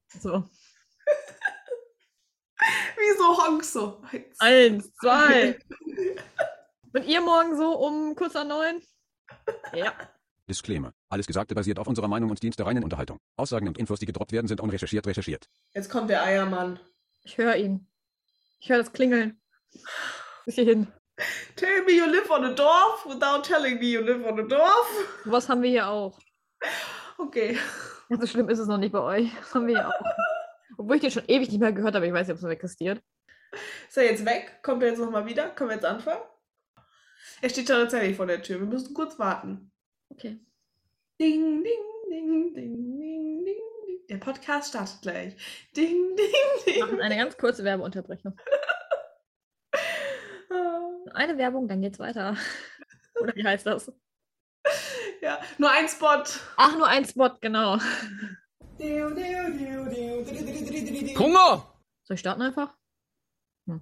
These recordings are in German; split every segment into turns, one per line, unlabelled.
So.
Wie so Honk so. Eins.
Eins, zwei. Und ihr morgen so um kurz nach neun? Ja.
Disclaimer. Alles Gesagte basiert auf unserer Meinung und dient der reinen Unterhaltung. Aussagen und Infos, die gedroppt werden, sind unrecherchiert recherchiert.
Jetzt kommt der Eiermann.
Ich höre ihn. Ich höre das Klingeln. Bis hierhin.
Tell me you live on a Dorf without telling me you live on a Dorf.
Sowas haben wir hier auch.
Okay.
Ja, So schlimm ist es noch nicht bei euch. Das haben wir hier auch. Obwohl ich den schon ewig nicht mehr gehört habe. Ich weiß nicht, ob es noch existiert.
Ist er jetzt weg? Kommt er jetzt nochmal wieder? Können wir jetzt anfangen? Er steht schon tatsächlich vor der Tür. Wir müssen kurz warten.
Okay.
Ding, ding, ding, ding, ding, ding. ding. Der Podcast startet gleich. Ding, ding,
Wir
ding.
machen eine ganz kurze Werbeunterbrechung.
Ah.
Eine Werbung, dann geht's weiter. Oder wie heißt das?
Ja, nur ein Spot.
Ach, nur ein Spot, genau.
Hunger!
Soll ich starten einfach? Hm.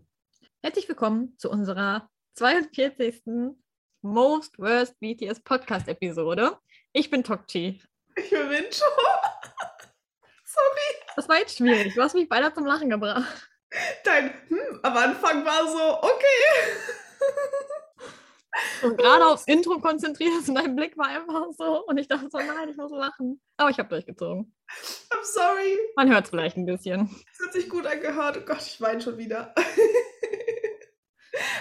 Herzlich willkommen zu unserer 42. Most Worst BTS Podcast Episode. Ich bin Tokchi.
Ich bin Wincho. Sorry.
Das war jetzt schwierig. Du hast mich beinahe zum Lachen gebracht.
Dein hm, am Anfang war so, okay.
Und gerade aufs Intro konzentriert und dein Blick war einfach so. Und ich dachte so, nein, ich muss lachen. Aber ich habe durchgezogen.
I'm sorry.
Man hört es vielleicht ein bisschen.
Es hat sich gut angehört. Oh Gott, ich weine schon wieder.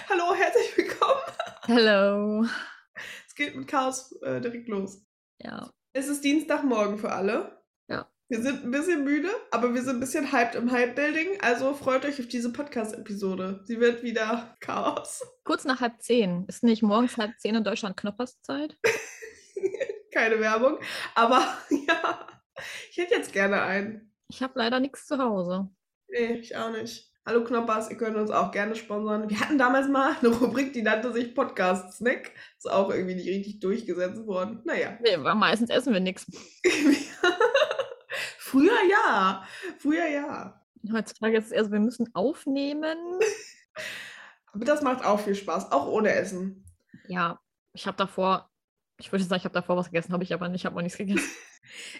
Hallo, herzlich willkommen.
Hello.
Es geht mit Chaos äh, direkt los.
Ja.
Es ist Dienstagmorgen für alle.
Ja.
Wir sind ein bisschen müde, aber wir sind ein bisschen hyped im Hype-Building. Also freut euch auf diese Podcast-Episode. Sie wird wieder Chaos.
Kurz nach halb zehn. Ist nicht morgens halb zehn in Deutschland Knopperszeit?
Keine Werbung. Aber ja, ich hätte jetzt gerne einen.
Ich habe leider nichts zu Hause.
Nee, ich auch nicht. Hallo Knoppers, ihr könnt uns auch gerne sponsern. Wir hatten damals mal eine Rubrik, die nannte sich Podcast Snack. Ist auch irgendwie nicht richtig durchgesetzt worden. Naja.
Nee, weil meistens essen wir nichts.
Früher ja. Früher ja.
Heutzutage ist es eher so, wir müssen aufnehmen.
Aber das macht auch viel Spaß, auch ohne Essen.
Ja, ich habe davor, ich würde sagen, ich habe davor was gegessen, habe ich aber nicht, ich habe noch nichts gegessen.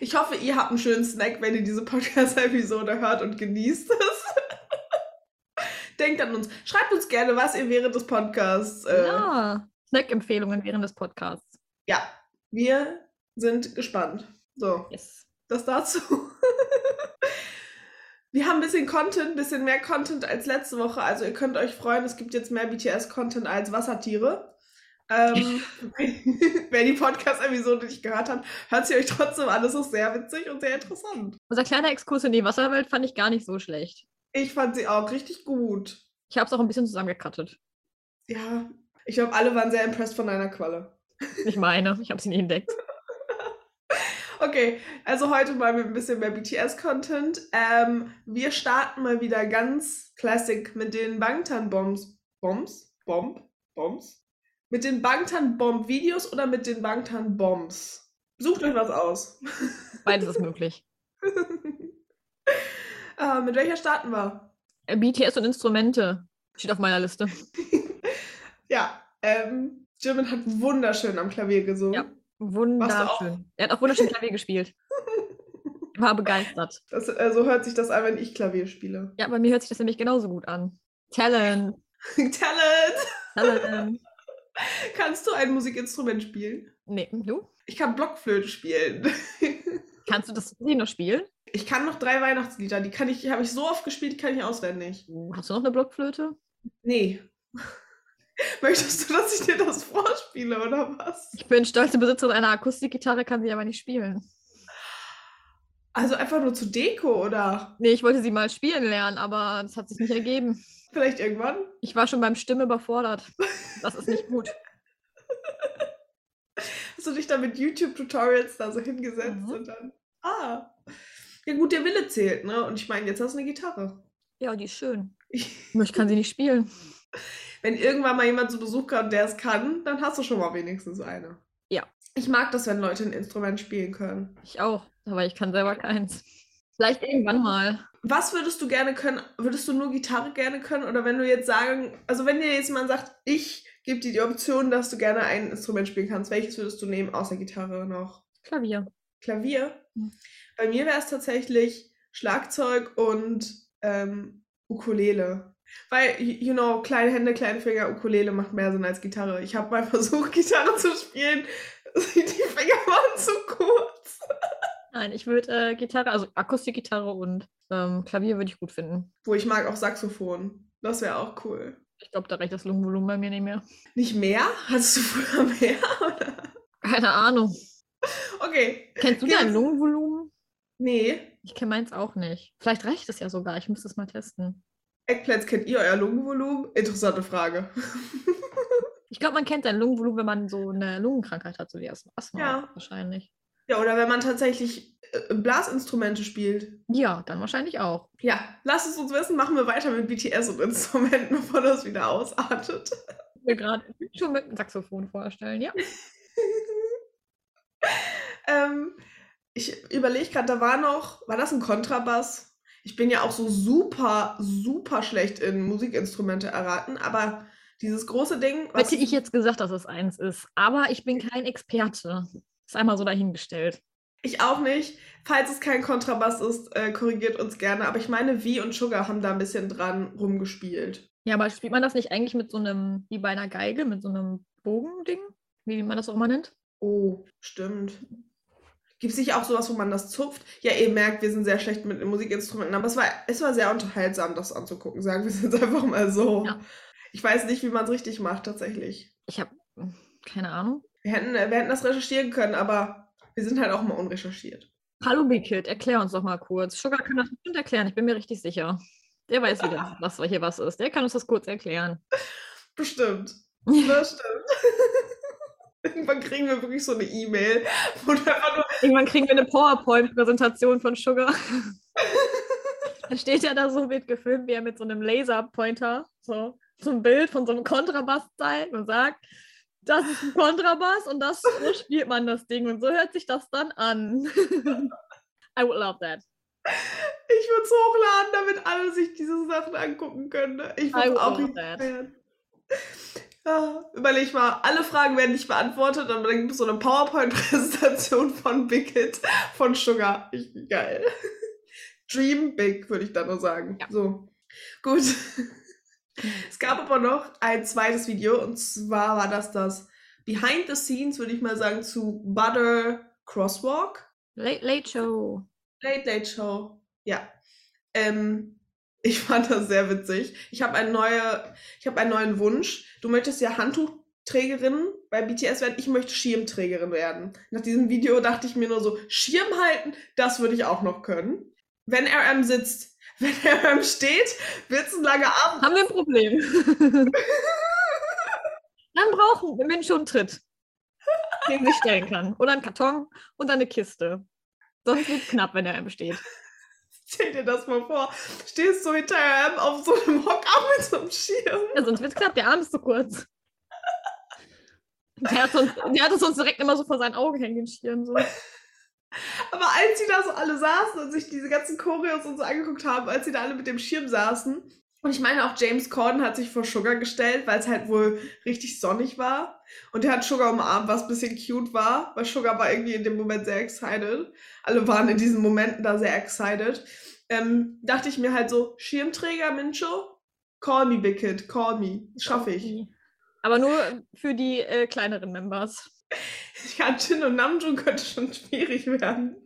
Ich hoffe, ihr habt einen schönen Snack, wenn ihr diese Podcast-Episode hört und genießt es. Denkt an uns. Schreibt uns gerne, was ihr während des Podcasts. Äh, ja.
Ja, Snack-Empfehlungen während des Podcasts.
ja, wir sind gespannt. So.
Yes.
das dazu. Wir haben ein bisschen Content, ein bisschen mehr Content als letzte Woche. Also ihr könnt euch freuen, es gibt jetzt mehr BTS-Content als Wassertiere. Ähm, wer die Podcast-Episode nicht gehört hat, hört sie euch trotzdem an. Das ist sehr witzig und sehr interessant.
Unser kleiner Exkurs in die Wasserwelt fand ich gar nicht so schlecht.
Ich fand sie auch richtig gut.
Ich habe es auch ein bisschen zusammengekattet.
Ja, ich glaube, alle waren sehr impressed von deiner Qualle.
Ich meine, ich habe sie nicht entdeckt.
Okay, also heute mal mit ein bisschen mehr BTS-Content. Ähm, wir starten mal wieder ganz classic mit den Bangtan-Bombs. Bombs? Bomb? Bombs? Mit den Bangtan-Bomb-Videos oder mit den Bangtan-Bombs? Sucht euch was aus.
Beides ist möglich.
äh, mit welcher starten wir?
Äh, BTS und Instrumente steht auf meiner Liste.
Ja, ähm, Jimin hat wunderschön am Klavier gesungen.
Ja. Wunderschön. Er hat auch wunderschön Klavier gespielt. Ich war begeistert.
Das, äh, so hört sich das an, wenn ich Klavier spiele.
Ja, bei mir hört sich das nämlich genauso gut an. Talent,
Talent!
Talent.
Kannst du ein Musikinstrument spielen?
Nee, du?
Ich kann Blockflöte spielen.
Kannst du das tatsächlich noch spielen?
Ich kann noch drei Weihnachtslieder, die kann ich, die habe ich so oft gespielt, die kann ich auswendig.
Hast du noch eine Blockflöte?
Nee. Möchtest du, dass ich dir das vorspiele oder was?
Ich bin stolze Besitzerin einer Akustikgitarre, kann sie aber nicht spielen.
Also einfach nur zu Deko oder
Nee, ich wollte sie mal spielen lernen, aber das hat sich nicht ergeben.
vielleicht irgendwann?
Ich war schon beim Stimmen überfordert. Das ist nicht gut.
Hast du dich da mit YouTube-Tutorials da so hingesetzt
Mhm.
und dann. Ah. Ja, gut, der Wille zählt, ne? Und ich meine, jetzt hast du eine Gitarre.
Ja, die ist schön. Nur ich kann sie nicht spielen.
Wenn irgendwann mal jemand zu Besuch kommt, der es kann, dann hast du schon mal wenigstens eine.
Ja.
Ich mag das, wenn Leute ein Instrument spielen können.
Ich auch, aber ich kann selber keins. Vielleicht irgendwann mal.
Was würdest du gerne können? Würdest du nur Gitarre gerne können? Oder wenn du jetzt sagen, also wenn dir jetzt jemand sagt, ich gebe dir die Option, dass du gerne ein Instrument spielen kannst, welches würdest du nehmen, außer Gitarre noch?
Klavier.
Klavier?
Mhm.
Bei mir wäre es tatsächlich Schlagzeug und ähm, Ukulele. Weil, you know, kleine Hände, kleine Finger, Ukulele macht mehr Sinn als Gitarre. Ich habe mal versucht, Gitarre zu spielen. Die Finger waren zu kurz.
Nein, ich würde äh, Gitarre, also Akustikgitarre und ähm, Klavier würde ich gut finden.
Wo ich mag auch Saxophon. Das wäre auch cool.
Ich glaube, da reicht das Lungenvolumen bei mir nicht mehr.
Nicht mehr? Hattest du früher mehr? Oder?
Keine Ahnung.
Okay.
Kennst du
Geht's?
dein Lungenvolumen?
Nee.
Ich kenne meins auch nicht. Vielleicht reicht es ja sogar. Ich müsste es mal testen.
Eckplätz, kennt ihr euer Lungenvolumen? Interessante Frage.
Ich glaube, man kennt sein Lungenvolumen, wenn man so eine Lungenkrankheit hat, so wie Asthma Asthma
Ja.
wahrscheinlich.
ja, oder wenn man tatsächlich äh, Blasinstrumente spielt.
Ja, dann wahrscheinlich auch.
Ja, lasst es uns wissen. Machen wir weiter mit BTS und Instrumenten, bevor das wieder ausartet.
Ich mir gerade schon mit einem Saxophon vorstellen, ja.
Ähm, ich überlege gerade, da war noch, war das ein Kontrabass? Ich bin ja auch so super, super schlecht in Musikinstrumente erraten, aber dieses große Ding. was-
Hätte ich jetzt gesagt, dass es eins ist. Aber ich bin kein Experte. Ist einmal so dahingestellt.
Ich auch nicht. Falls es kein Kontrabass ist, äh, korrigiert uns gerne. Aber ich meine, V und Sugar haben da ein bisschen dran rumgespielt.
Ja, aber spielt man das nicht eigentlich mit so einem, wie bei einer Geige, mit so einem Bogending? Wie man das auch immer nennt?
Oh, stimmt. Gibt es nicht auch sowas, wo man das zupft? Ja, ihr merkt, wir sind sehr schlecht mit Musikinstrumenten, aber es war, es war sehr unterhaltsam, das anzugucken. Sagen wir es jetzt einfach mal so.
Ja.
Ich weiß nicht, wie man es richtig macht, tatsächlich.
Ich habe keine Ahnung.
Wir hätten, wir hätten das recherchieren können, aber wir sind halt auch mal unrecherchiert.
Hallo Bikit, erklär uns doch mal kurz. Sugar kann das bestimmt erklären, ich bin mir richtig sicher. Der weiß wieder, was hier was ist. Der kann uns das kurz erklären.
Bestimmt. Das stimmt. Irgendwann kriegen wir wirklich so eine E-Mail, wo einfach nur
Irgendwann kriegen wir eine PowerPoint-Präsentation von Sugar. Dann steht er da so mit gefilmt, wie er mit so einem Laserpointer so zum Bild von so einem Kontrabass zeigt und sagt, das ist ein Kontrabass und das so spielt man das Ding und so hört sich das dann an. I would love that.
Ich würde es hochladen, damit alle sich diese Sachen angucken können. ne? Ich
I
würde
would
auch
love
nicht
that.
werden. Ah, überleg mal, alle Fragen werden nicht beantwortet, aber dann gibt es so eine PowerPoint-Präsentation von Big Hit von Sugar. Ich, geil. Dream Big, würde ich da nur sagen.
Ja.
So. Gut. Es gab aber noch ein zweites Video und zwar war das das Behind the Scenes, würde ich mal sagen, zu Butter Crosswalk.
Late Late Show.
Late Late Show. Ja. Ähm, ich fand das sehr witzig. Ich habe ein neue, ich hab einen neuen Wunsch. Du möchtest ja Handtuchträgerin bei BTS werden. Ich möchte Schirmträgerin werden. Nach diesem Video dachte ich mir nur so, Schirm halten, das würde ich auch noch können. Wenn RM sitzt, wenn RM steht, wird es ein langer Abend.
Haben wir ein Problem. Dann brauchen wir schon einen Tritt, den ich stellen kann. Oder einen Karton und eine Kiste. Sonst wird knapp, wenn er im steht.
Stell dir das mal vor. Stehst so hinter RM auf so einem Hocker mit so einem Schirm.
Ja, sonst wird's knapp, der Arm ist zu kurz. Der hat, uns, der hat es uns direkt immer so vor seinen Augen hängen, den Schirm. So.
Aber als sie da so alle saßen und sich diese ganzen Choreos und so angeguckt haben, als sie da alle mit dem Schirm saßen, und ich meine auch James Corden hat sich vor Sugar gestellt, weil es halt wohl richtig sonnig war. Und er hat Sugar umarmt, was ein bisschen cute war, weil Sugar war irgendwie in dem Moment sehr excited. Alle waren in diesen Momenten da sehr excited. Ähm, dachte ich mir halt so, Schirmträger, Mincho, call me, Big Kid, call me. Schaffe ich.
Aber nur für die äh, kleineren Members.
Ich kann Jin und Namjoon könnte schon schwierig werden.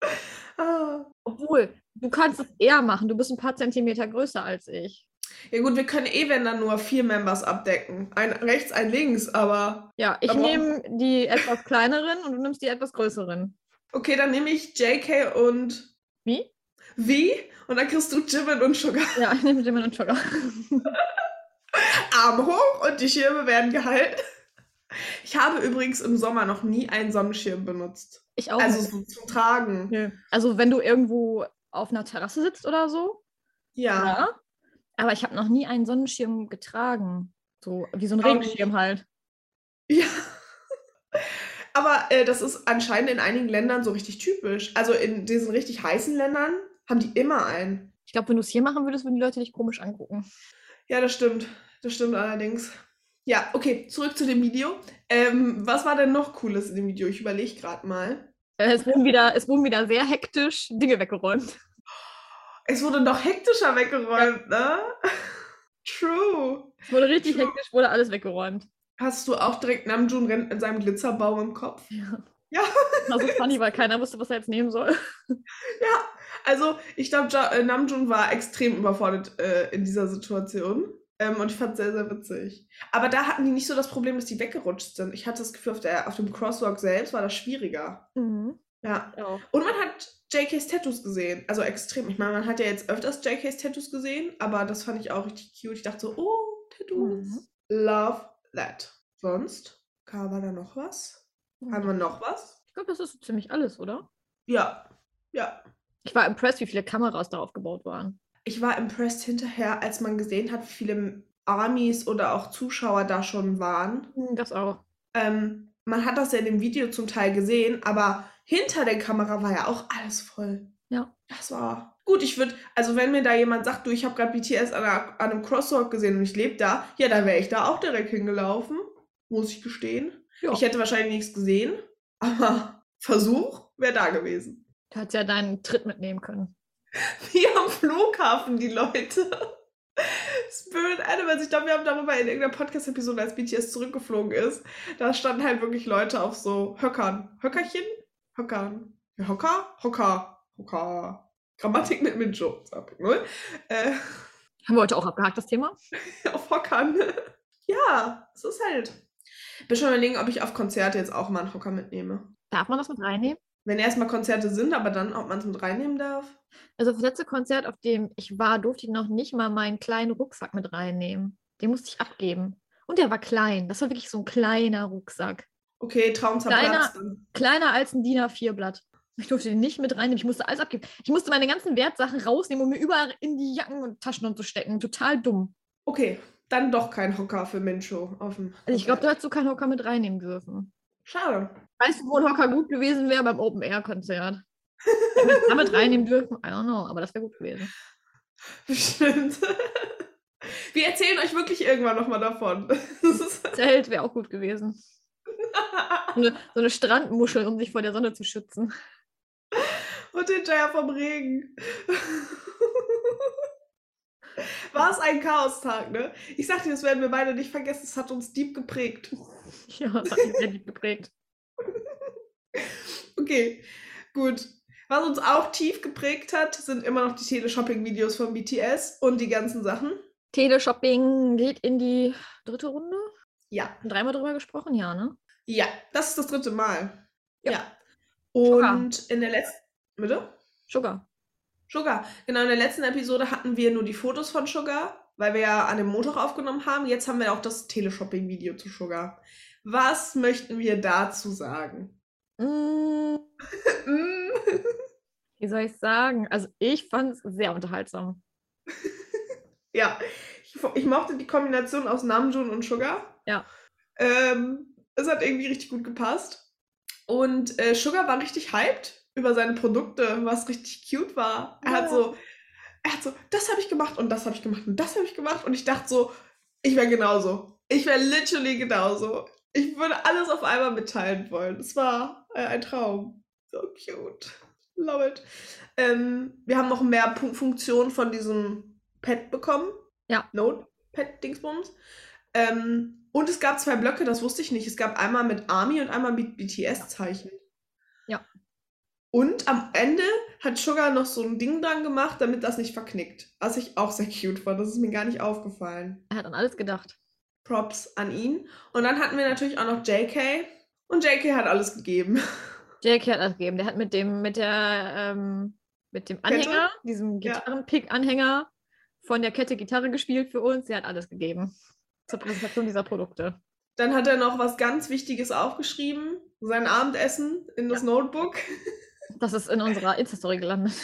ah.
Obwohl, du kannst es eher machen. Du bist ein paar Zentimeter größer als ich.
Ja gut, wir können eh, wenn dann nur vier Members abdecken. Ein rechts, ein links, aber.
Ja, ich
Aber-
nehme die etwas kleineren und du nimmst die etwas größeren.
Okay, dann nehme ich JK und
Wie?
V und dann kriegst du Jimin und Sugar
Ja, ich nehme Jimin und Sugar.
Arm hoch und die Schirme werden gehalten. Ich habe übrigens im Sommer noch nie einen Sonnenschirm benutzt.
Ich auch.
Also
nicht.
so zum Tragen.
Nö. also wenn du irgendwo auf einer Terrasse sitzt oder so,
Ja.
Ja. Aber ich habe noch nie einen Sonnenschirm getragen. So wie so ein
Auch nicht.
Regenschirm halt.
Ja. Aber äh, das ist anscheinend in einigen Ländern so richtig typisch. Also in diesen richtig heißen Ländern haben die immer einen.
Ich glaube, wenn du es hier machen würdest, würden die Leute dich komisch angucken.
Ja, das stimmt. Das stimmt allerdings. Ja, okay, zurück zu dem Video. Ähm, was war denn noch Cooles in dem Video? Ich überlege gerade mal.
Äh, Es wurden, wieder, es wurden wieder sehr hektisch Dinge weggeräumt.
Es wurde noch hektischer weggeräumt, ne? True.
Es wurde richtig hektisch, wurde alles weggeräumt.
Hast du auch direkt Namjoon rennt mit seinem Glitzerbaum im Kopf?
Ja.
Ja.
Das war so funny, weil keiner wusste, was er jetzt nehmen soll.
Ja, also ich glaube, ja äh, Namjoon war extrem überfordert äh, in dieser Situation. Ähm, und ich fand es sehr, sehr witzig. Aber da hatten die nicht so das Problem, dass die weggerutscht sind. Ich hatte das Gefühl, auf, der, auf dem Crosswalk selbst war das schwieriger.
Mhm.
Ja.
Ja.
Und man hat JKs Tattoos gesehen. Also extrem. Ich meine, man hat ja jetzt öfters JKs Tattoos gesehen, aber das fand ich auch richtig cute. Ich dachte so, oh, Tattoos.
Mhm.
Love that. Sonst? Kam- War da noch was?
Mhm.
Haben wir noch was?
Ich glaube, das ist so ziemlich alles, oder?
Ja. Ja.
Ich war impressed, wie viele Kameras da aufgebaut waren.
Ich war impressed hinterher, als man gesehen hat, wie viele Armies oder auch Zuschauer da schon waren.
Das auch.
Ähm, man hat das ja in dem Video zum Teil gesehen, aber hinter der Kamera war ja auch alles voll.
Ja.
Das war gut. Ich würde, also wenn mir da jemand sagt, du, ich habe gerade BTS an, einer, an einem Crosswalk gesehen und ich lebe da, ja, dann wäre ich da auch direkt hingelaufen. Muss ich gestehen.
Ja.
Ich hätte wahrscheinlich nichts gesehen, aber Versuch wäre da gewesen.
Du hättest ja deinen Tritt mitnehmen können.
Wie am Flughafen, die Leute. Spirit Animals, ich glaube, wir haben darüber in irgendeiner Podcast-Episode, als BTS zurückgeflogen ist, da standen halt wirklich Leute auf so Höckern. Höckerchen? Höckern. Ja, Hocker? Hocker. Hocker. Grammatik mit Minjo. 2.0. Äh,
Haben wir heute auch abgehakt, das Thema?
auf Hockern. ja, es ist halt. Bin schon überlegen, ob ich auf Konzerte jetzt auch mal einen Hocker mitnehme.
Darf man das mit reinnehmen?
Wenn erstmal Konzerte sind, aber dann, ob man es mit reinnehmen darf.
Also das letzte Konzert, auf dem ich war, durfte ich noch nicht mal meinen kleinen Rucksack mit reinnehmen. Den musste ich abgeben. Und der war klein. Das war wirklich so ein kleiner Rucksack.
Okay, Traum
Kleiner-
zerplatzt. dann.
Kleiner als ein DIN A4-Blatt. Ich durfte den nicht mit reinnehmen. Ich musste alles abgeben. Ich musste meine ganzen Wertsachen rausnehmen und mir überall in die Jacken und Taschen und so stecken. Total dumm.
Okay, dann doch kein Hocker für Mincho offen.
Also ich glaube, da hättest du keinen Hocker mit reinnehmen dürfen.
Schade.
Weißt du, wo ein Hocker gut gewesen wäre beim Open-Air-Konzert? Hätten wir Damit reinnehmen dürfen? I don't know, aber das wäre gut gewesen.
Bestimmt. Wir erzählen euch wirklich irgendwann nochmal davon. Das ist-
Zelt wäre auch gut gewesen. So eine, so eine Strandmuschel, um sich vor der Sonne zu schützen.
Und hinterher vom Regen. War es ein Chaostag, ne? Ich sag dir, das werden wir beide nicht vergessen. Es hat uns deep geprägt.
Ja, das hat mich sehr lieb geprägt.
Okay, gut. Was uns auch tief geprägt hat, sind immer noch die Teleshopping-Videos von BTS und die ganzen Sachen.
Teleshopping geht in die dritte Runde.
Ja,
Haben Dreimal drüber gesprochen, ja, ne?
Ja, das ist das dritte Mal.
Ja.
Ja.
Sugar.
Und in der letzten. Bitte?
Sugar.
Sugar. Genau, in der letzten Episode hatten wir nur die Fotos von Sugar, weil wir ja an dem Montag aufgenommen haben. Jetzt haben wir auch das Teleshopping-Video zu Sugar. Was möchten wir dazu sagen?
Mm,
Mm.
wie soll ich sagen? Also ich fand es sehr unterhaltsam.
ja, ich, ich mochte die Kombination aus Namjoon und Sugar.
Ja.
Ähm, es hat irgendwie richtig gut gepasst. Und äh, Sugar war richtig hyped über seine Produkte, was richtig cute war. Er
Ja.
hat so, er hat so, das habe ich gemacht und das habe ich gemacht und das habe ich gemacht. Und ich dachte so, ich wäre genauso. Ich wäre literally genauso. Ich würde alles auf einmal mitteilen wollen. Es war äh, ein Traum. So cute. Love it. Ähm, wir haben noch mehr Pu- Funktionen von diesem Pad bekommen.
Ja.
Notepad-Dingsbums. Ähm, und es gab zwei Blöcke, das wusste ich nicht. Es gab einmal mit Army und einmal mit BTS-Zeichen.
Ja.
Und am Ende hat Sugar noch so ein Ding dran gemacht, damit das nicht verknickt. Was ich auch sehr cute fand. Das ist mir gar nicht aufgefallen.
Er hat an alles gedacht.
Props an ihn. Und dann hatten wir natürlich auch noch JK. Und JK hat alles gegeben.
Jackie hat das gegeben. Der hat mit dem, mit der, ähm, mit dem
Kette?
Anhänger, diesem
Ja.
Gitarrenpick-Anhänger von der Kette Gitarre gespielt für uns. Der hat alles gegeben. Zur Präsentation dieser Produkte.
Dann hat er noch was ganz Wichtiges aufgeschrieben. Sein Abendessen in das Notebook.
Das ist in unserer Insta-Story gelandet.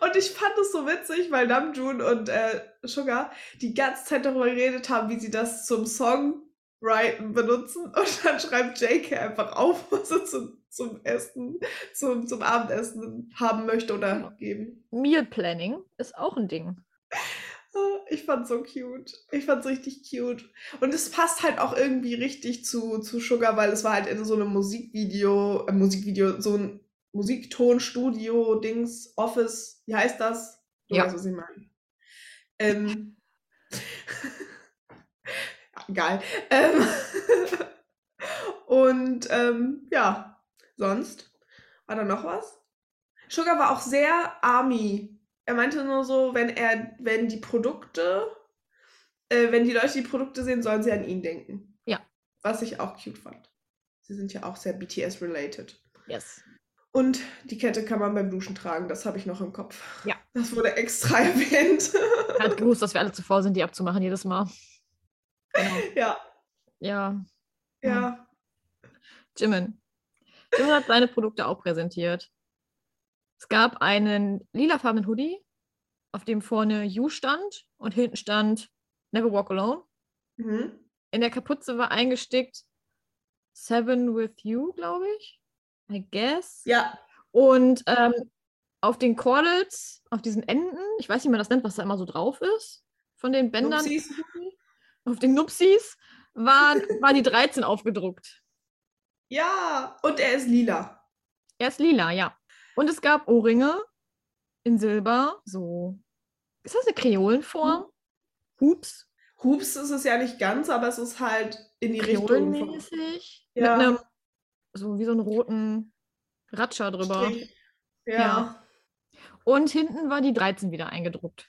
Und ich fand es so witzig, weil Namjoon und äh, Sugar die ganze Zeit darüber geredet haben, wie sie das zum Songwriten benutzen. Und dann schreibt JK einfach auf, was er zum, zum Essen, zum, zum Abendessen haben möchte oder geben.
Meal Planning ist auch ein Ding.
Ah, Ich fand's so cute. Ich fand's richtig cute. Und es passt halt auch irgendwie richtig zu, zu Sugar, weil es war halt in so einem Musikvideo, äh, Musikvideo, so ein Musiktonstudio, Dings, Office, wie heißt das? Du
Ja.
weißt, was ich meine. Ähm, ja, geil. Ähm, und ähm, ja, sonst war da noch was? Sugar war auch sehr Army. Er meinte nur so, wenn er, wenn die Produkte, äh, wenn die Leute die Produkte sehen, sollen sie an ihn denken.
Ja.
Was ich auch cute fand. Sie sind ja auch sehr BTS-related.
Yes.
Und die Kette kann man beim Duschen tragen, das habe ich noch im Kopf.
Ja.
Das wurde extra erwähnt.
Er hat gewusst, dass wir alle zuvor sind, die abzumachen jedes Mal. Genau.
ja,
Ja,
ja.
Jimin. Jimin hat seine Produkte auch präsentiert. Es gab einen lilafarbenen Hoodie, auf dem vorne You stand und hinten stand Never Walk Alone.
Mhm.
In der Kapuze war eingestickt Seven with You, glaube ich. I guess.
Ja.
Und ähm, auf den Cordels, auf diesen Enden, ich weiß nicht, wie man das nennt, was da immer so drauf ist, von den Bändern,
Nupsis.
auf den Nupsis, waren, war die 13 aufgedruckt.
Ja. Und er ist lila.
Er ist lila, ja. Und es gab Ohrringe in Silber, so. Ist das eine
Mhm.
Kreolenform? Hups,
Hups ist es ja nicht ganz, aber es ist halt in die Richtung. von-
kreolenmäßig.
Ja.
Mit einem, so wie so einen roten Ratscher drüber.
Ja. ja.
Ja. Und hinten war die 13 wieder eingedruckt.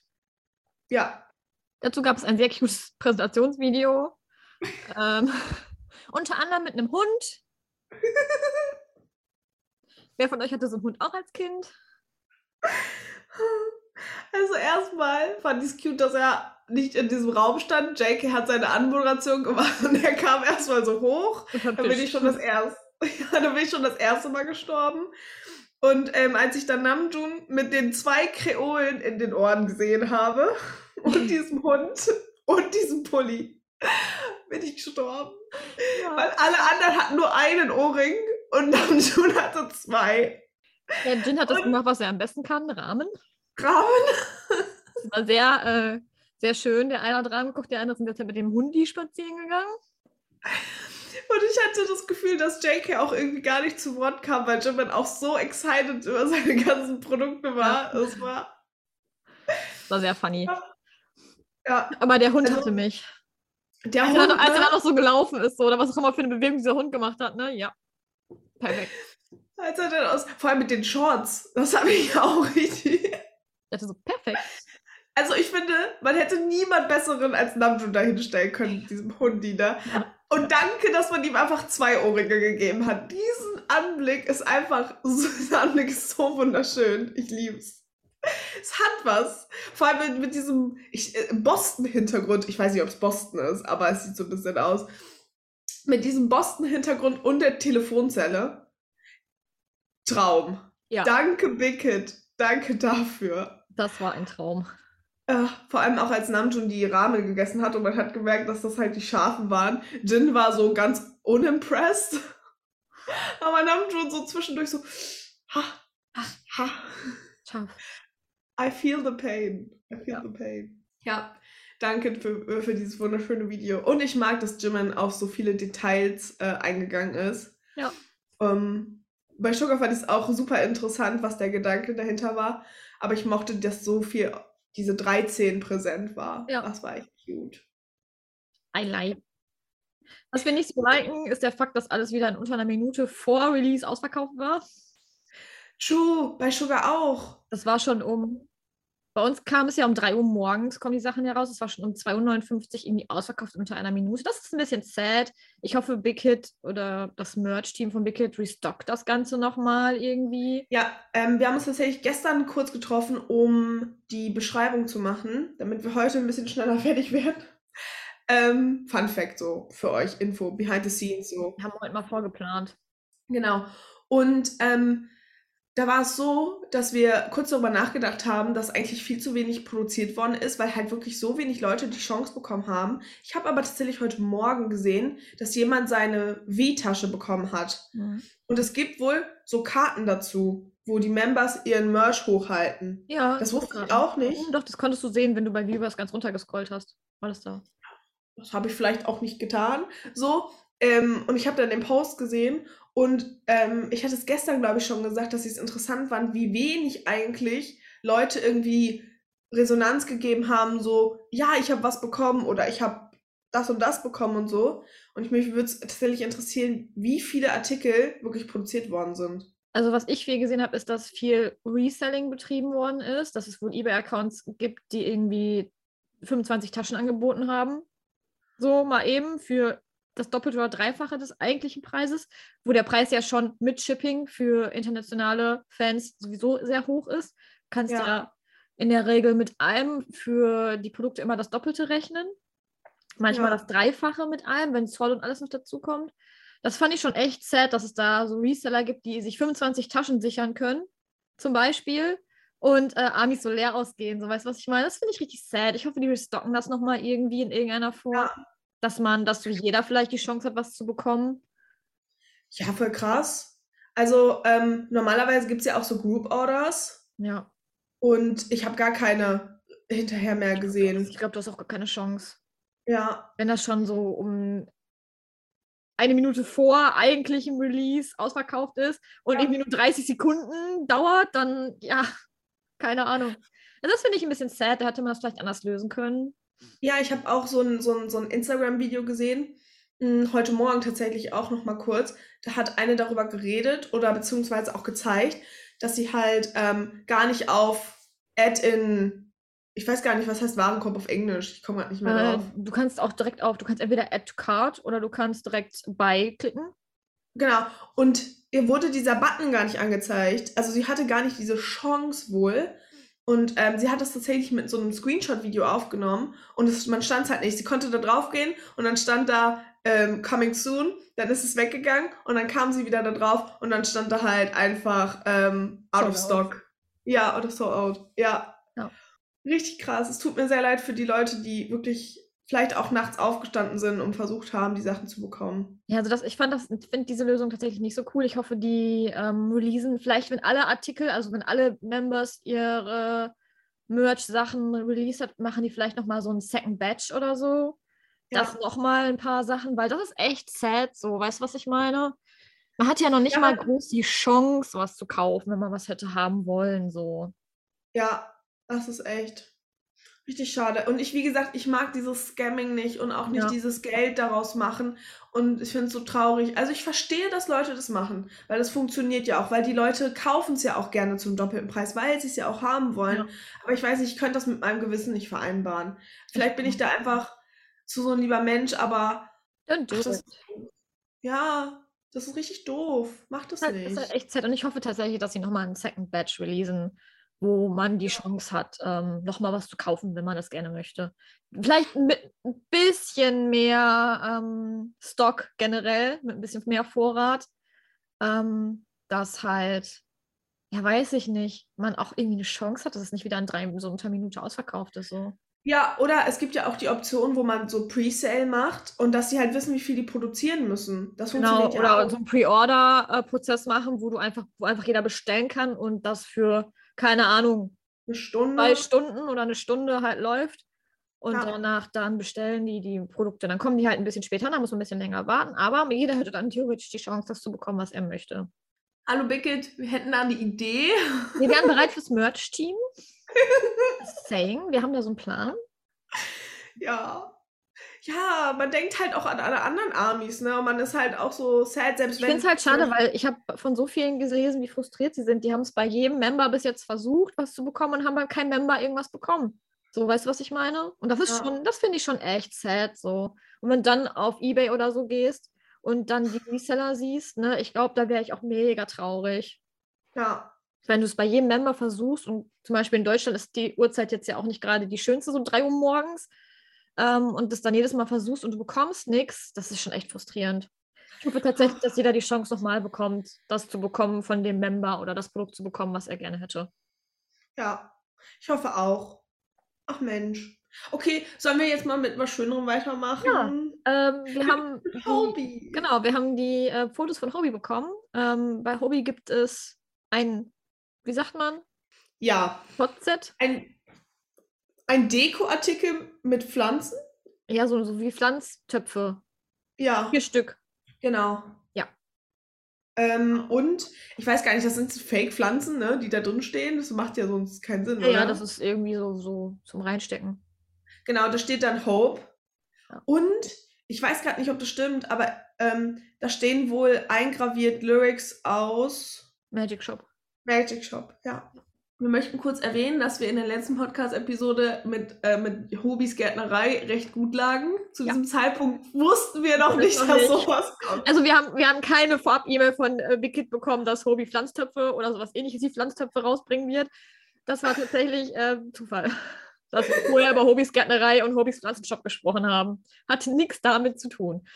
Ja.
Dazu gab es ein sehr cutes Präsentationsvideo. ähm, unter anderem mit einem Hund. Wer von euch hatte so einen Hund auch als Kind?
Also erstmal fand ich es cute, dass er nicht in diesem Raum stand. Jake hat seine Anmoderation gemacht und er kam erstmal so hoch.
Unterm
Da bin
Tisch.
ich schon das erste, ja, da bin ich schon das erste Mal gestorben. Und ähm, als ich dann Namjoon mit den zwei Kreolen in den Ohren gesehen habe und diesem Hund und diesem Pulli, bin ich gestorben. Weil alle anderen hatten nur einen Ohrring und Namjoon hatte zwei.
Der Jin hat das gemacht, was er am besten kann, Rahmen.
Rahmen.
Das war sehr, äh, sehr schön. Der eine hat Rahmen geguckt, der andere ist in der Zeit mit dem Hundi spazieren gegangen.
Und ich hatte das Gefühl, dass JK auch irgendwie gar nicht zu Wort kam, weil Jimin auch so excited über seine ganzen Produkte war. Das war,
Das war sehr funny.
ja,
Aber der Hund
Also,
hatte mich.
der
Als er,
Hund,
noch, als er
ne?
dann noch so gelaufen ist, so, oder was auch immer für eine Bewegung dieser Hund gemacht hat, ne? Ja. Perfekt.
Als er dann aus, vor allem mit den Shorts, das habe ich auch richtig.
Ich dachte so, perfekt.
Also ich finde, man hätte niemand besseren als Namjoon dahinstellen können, mit diesem Hundi, ne?
Ja.
Und danke, dass man ihm einfach zwei Ohrringe gegeben hat. Diesen Anblick ist einfach, dieser Anblick ist so wunderschön. Ich lieb's. Es hat was. Vor allem mit, mit diesem ich, äh, Boston-Hintergrund. Ich weiß nicht, ob es Boston ist, aber es sieht so ein bisschen aus. Mit diesem Boston-Hintergrund und der Telefonzelle. Traum.
Ja.
Danke, Wicked. Danke dafür.
Das war ein Traum.
Äh, vor allem auch als Namjoon die Ramen gegessen hat und man hat gemerkt, dass das halt die Schafen waren. Jin war so ganz unimpressed. Aber Namjoon so zwischendurch so, ha, ha,
Scharf.
I feel the pain. I feel
Ja.
the pain. Ja. Danke für, für dieses wunderschöne Video. Und ich mag, dass Jimin auf so viele Details äh, eingegangen ist.
Ja.
Ähm, bei Sugar fand ich es auch super interessant, was der Gedanke dahinter war. Aber ich mochte, dass so viel, diese 13 präsent war.
Ja.
Das war echt cute.
I like. Was wir nicht so liken, ist der Fakt, dass alles wieder in unter einer Minute vor Release ausverkauft war.
True, bei Sugar auch.
Das war schon um. Bei uns kam es ja um 3 Uhr morgens, kommen die Sachen ja raus. Es war schon um 2.59 Uhr irgendwie ausverkauft unter einer Minute. Das ist ein bisschen sad. Ich hoffe, Big Hit oder das Merch-Team von Big Hit restockt das Ganze nochmal irgendwie.
Ja, ähm, wir haben uns tatsächlich gestern kurz getroffen, um die Beschreibung zu machen, damit wir heute ein bisschen schneller fertig werden. Ähm, Fun Fact so für euch, Info, Behind the Scenes so.
Wir haben heute mal vorgeplant.
Genau. Und ähm, da war es so, dass wir kurz darüber nachgedacht haben, dass eigentlich viel zu wenig produziert worden ist, weil halt wirklich so wenig Leute die Chance bekommen haben. Ich habe aber tatsächlich heute Morgen gesehen, dass jemand seine W-Tasche bekommen hat. Und es gibt wohl so Karten dazu, wo die Members ihren Merch hochhalten.
Ja.
Das wusste ich
gerade.
auch nicht.
Doch, das konntest du sehen, wenn du bei Viewers ganz runtergescrollt hast. War das da?
Das habe ich vielleicht auch nicht getan. So. Ähm, und ich habe dann den Post gesehen Und ähm, ich hatte es gestern, glaube ich, schon gesagt, dass ich es interessant fand, wie wenig eigentlich Leute irgendwie Resonanz gegeben haben, so, ja, ich habe was bekommen oder ich habe das und das bekommen und so. Und ich mich würde es tatsächlich interessieren, wie viele Artikel wirklich produziert worden sind.
Also was ich viel gesehen habe, ist, dass viel Reselling betrieben worden ist, dass es wohl eBay-Accounts gibt, die irgendwie 25 Taschen angeboten haben. So mal eben für das Doppelte oder Dreifache des eigentlichen Preises, wo der Preis ja schon mit Shipping für internationale Fans sowieso sehr hoch ist. Kannst ja, ja in der Regel mit allem für die Produkte immer das Doppelte rechnen. Manchmal
Ja.
das Dreifache mit allem, wenn Zoll und alles noch dazu kommt. Das fand ich schon echt sad, dass es da so Reseller gibt, die sich 25 Taschen sichern können, zum Beispiel, und äh, Amis so leer ausgehen. So weißt du, was ich meine? Das finde ich richtig sad. Ich hoffe, die restocken das nochmal irgendwie in irgendeiner Form,
Ja.
dass man, dass so jeder vielleicht die Chance hat, was zu bekommen.
Ja, voll krass. Also ähm, normalerweise gibt es ja auch so Group Orders
Ja.
und ich habe gar keine hinterher mehr gesehen.
Ich glaube, du hast auch gar keine Chance.
Ja,
wenn das schon so um eine Minute vor eigentlichem Release ausverkauft ist und
Ja.
irgendwie nur 30 Sekunden dauert, dann ja, keine Ahnung. Also das finde ich ein bisschen sad, da hätte man das vielleicht anders lösen können.
ja ich habe auch so ein, so ein, so ein Instagram-Video gesehen, mh, heute Morgen tatsächlich auch noch mal kurz. Da hat eine darüber geredet oder beziehungsweise auch gezeigt, dass sie halt ähm, gar nicht auf Add-in, ich weiß gar nicht, was heißt Warenkorb auf Englisch, ich komme gerade nicht mehr
Äh,
drauf.
du kannst auch direkt auf, du kannst entweder Add to Cart oder du kannst direkt Buy klicken.
Genau. Und ihr wurde dieser Button gar nicht angezeigt. Also sie hatte gar nicht diese Chance wohl. Und ähm, sie hat das tatsächlich mit so einem Screenshot-Video aufgenommen. Und es, man stand halt nicht. Sie konnte da drauf gehen und dann stand da ähm, Coming Soon. Dann ist es weggegangen und dann kam sie wieder da drauf und dann stand da halt einfach ähm, Out
Sold
of
out.
Stock. Ja, oder so out. Ja.
Ja.
Richtig krass. Es tut mir sehr leid für die Leute, die wirklich vielleicht auch nachts aufgestanden sind und versucht haben, die Sachen zu bekommen.
Ja, also das, ich fand das, finde diese Lösung tatsächlich nicht so cool. Ich hoffe, die ähm, releasen vielleicht, wenn alle Artikel, also wenn alle Members ihre Merch-Sachen released hat, machen die vielleicht nochmal so einen Second Batch oder so.
Ja.
Das nochmal ein paar Sachen, weil das ist echt sad so. Weißt du, was ich meine? Man hat ja noch nicht
Ja,
mal
man-
groß die Chance, was zu kaufen, wenn man was hätte haben wollen, so.
Ja, das ist echt richtig schade. Und ich, wie gesagt, ich mag dieses Scamming nicht und auch nicht
Ja.
dieses Geld daraus machen. Und ich finde es so traurig. Also ich verstehe, dass Leute das machen, weil das funktioniert ja auch, weil die Leute kaufen es ja auch gerne zum doppelten Preis, weil sie es ja auch haben wollen.
Ja.
Aber ich weiß nicht, ich könnte das mit meinem Gewissen nicht vereinbaren. Vielleicht bin ich da einfach zu so ein lieber Mensch, aber
Don't do
ach, das,
it.
ja, das ist richtig doof. Mach das
Das
nicht.
ist halt echt sad. Und ich hoffe tatsächlich, dass sie nochmal einen Second Batch releasen, wo man die Chance hat, ähm, nochmal was zu kaufen, wenn man das gerne möchte. Vielleicht mit ein bisschen mehr ähm, Stock generell, mit ein bisschen mehr Vorrat. Ähm, dass halt, ja, weiß ich nicht, man auch irgendwie eine Chance hat, dass es nicht wieder in drei so unter Minute ausverkauft ist. So.
Ja, oder es gibt ja auch die Option, wo man so Pre-Sale macht und dass sie halt wissen, wie viel die produzieren müssen. Das
Genau,
funktioniert ja
oder
auch.
so einen Pre-Order-Prozess machen, wo du einfach, wo einfach jeder bestellen kann und das für, keine Ahnung,
Eine Stunde.
zwei Stunden oder eine Stunde halt läuft. Und
Mhm. Ja.
danach dann bestellen die die Produkte. Dann kommen die halt ein bisschen später, dann muss man ein bisschen länger warten. Aber jeder hätte dann theoretisch die Chance, das zu bekommen, was er möchte.
Hallo Bickett, wir hätten da eine Idee.
Wir wären bereit fürs Merch-Team. Saying, wir haben da so einen Plan.
Ja. Ja, man denkt halt auch an alle anderen Armys, ne? Und man ist halt auch so sad, selbst
Ich
wenn.
finde es halt schade, weil ich habe von so vielen gelesen, wie frustriert sie sind. Die haben es bei jedem Member bis jetzt versucht, was zu bekommen und haben bei keinem Member irgendwas bekommen. So, weißt du, was ich meine? Und das ist
Ja.
schon, das finde ich schon echt sad so. Und wenn du dann auf Ebay oder so gehst und dann die Reseller siehst, ne, ich glaube, da wäre ich auch mega traurig.
Ja.
Wenn du es bei jedem Member versuchst und zum Beispiel in Deutschland ist die Uhrzeit jetzt ja auch nicht gerade die schönste, so 3 Uhr morgens, ähm, und das dann jedes Mal versuchst und du bekommst nichts, das ist schon echt frustrierend. Ich hoffe tatsächlich, dass jeder die Chance nochmal bekommt, das zu bekommen von dem Member oder das Produkt zu bekommen, was er gerne hätte.
Ja. Ich hoffe auch. Ach Mensch. Okay, sollen wir jetzt mal mit was Schönerem weitermachen? Ja.
Ähm, wir haben die,
Hobby.
Genau, wir haben die äh, Fotos von Hobby bekommen. Ähm, bei Hobby gibt es ein, wie sagt man,
Ja.
Potset?
Ein, ein Dekoartikel mit Pflanzen?
Ja, so, so wie Pflanztöpfe.
Ja,
Vier Stück.
genau.
Ja.
Ähm, und ich weiß gar nicht, das sind Fake-Pflanzen, ne, die da drin stehen. Das macht ja sonst keinen Sinn.
Ja,
oder?
ja, das ist irgendwie so, so zum Reinstecken.
Genau, da steht dann Hope.
Ja.
Und ich weiß gerade nicht, ob das stimmt, aber ähm, da stehen wohl eingraviert Lyrics aus
Magic Shop.
Magic Shop, ja. Wir möchten kurz erwähnen, dass wir in der letzten Podcast-Episode mit, äh, mit Hobis Gärtnerei recht gut lagen. Zu
Ja.
diesem Zeitpunkt wussten wir noch
Das
nicht,
noch
dass
nicht.
sowas kommt.
Also wir haben, wir haben keine Vorab-E-Mail von äh, Big Kid bekommen, dass Hobie Pflanztöpfe oder sowas ähnliches die Pflanztöpfe rausbringen wird. Das war tatsächlich äh, Zufall. Dass wir vorher über Hobys Gärtnerei und Hobys Pflanzenshop gesprochen haben. Hat nichts damit zu tun.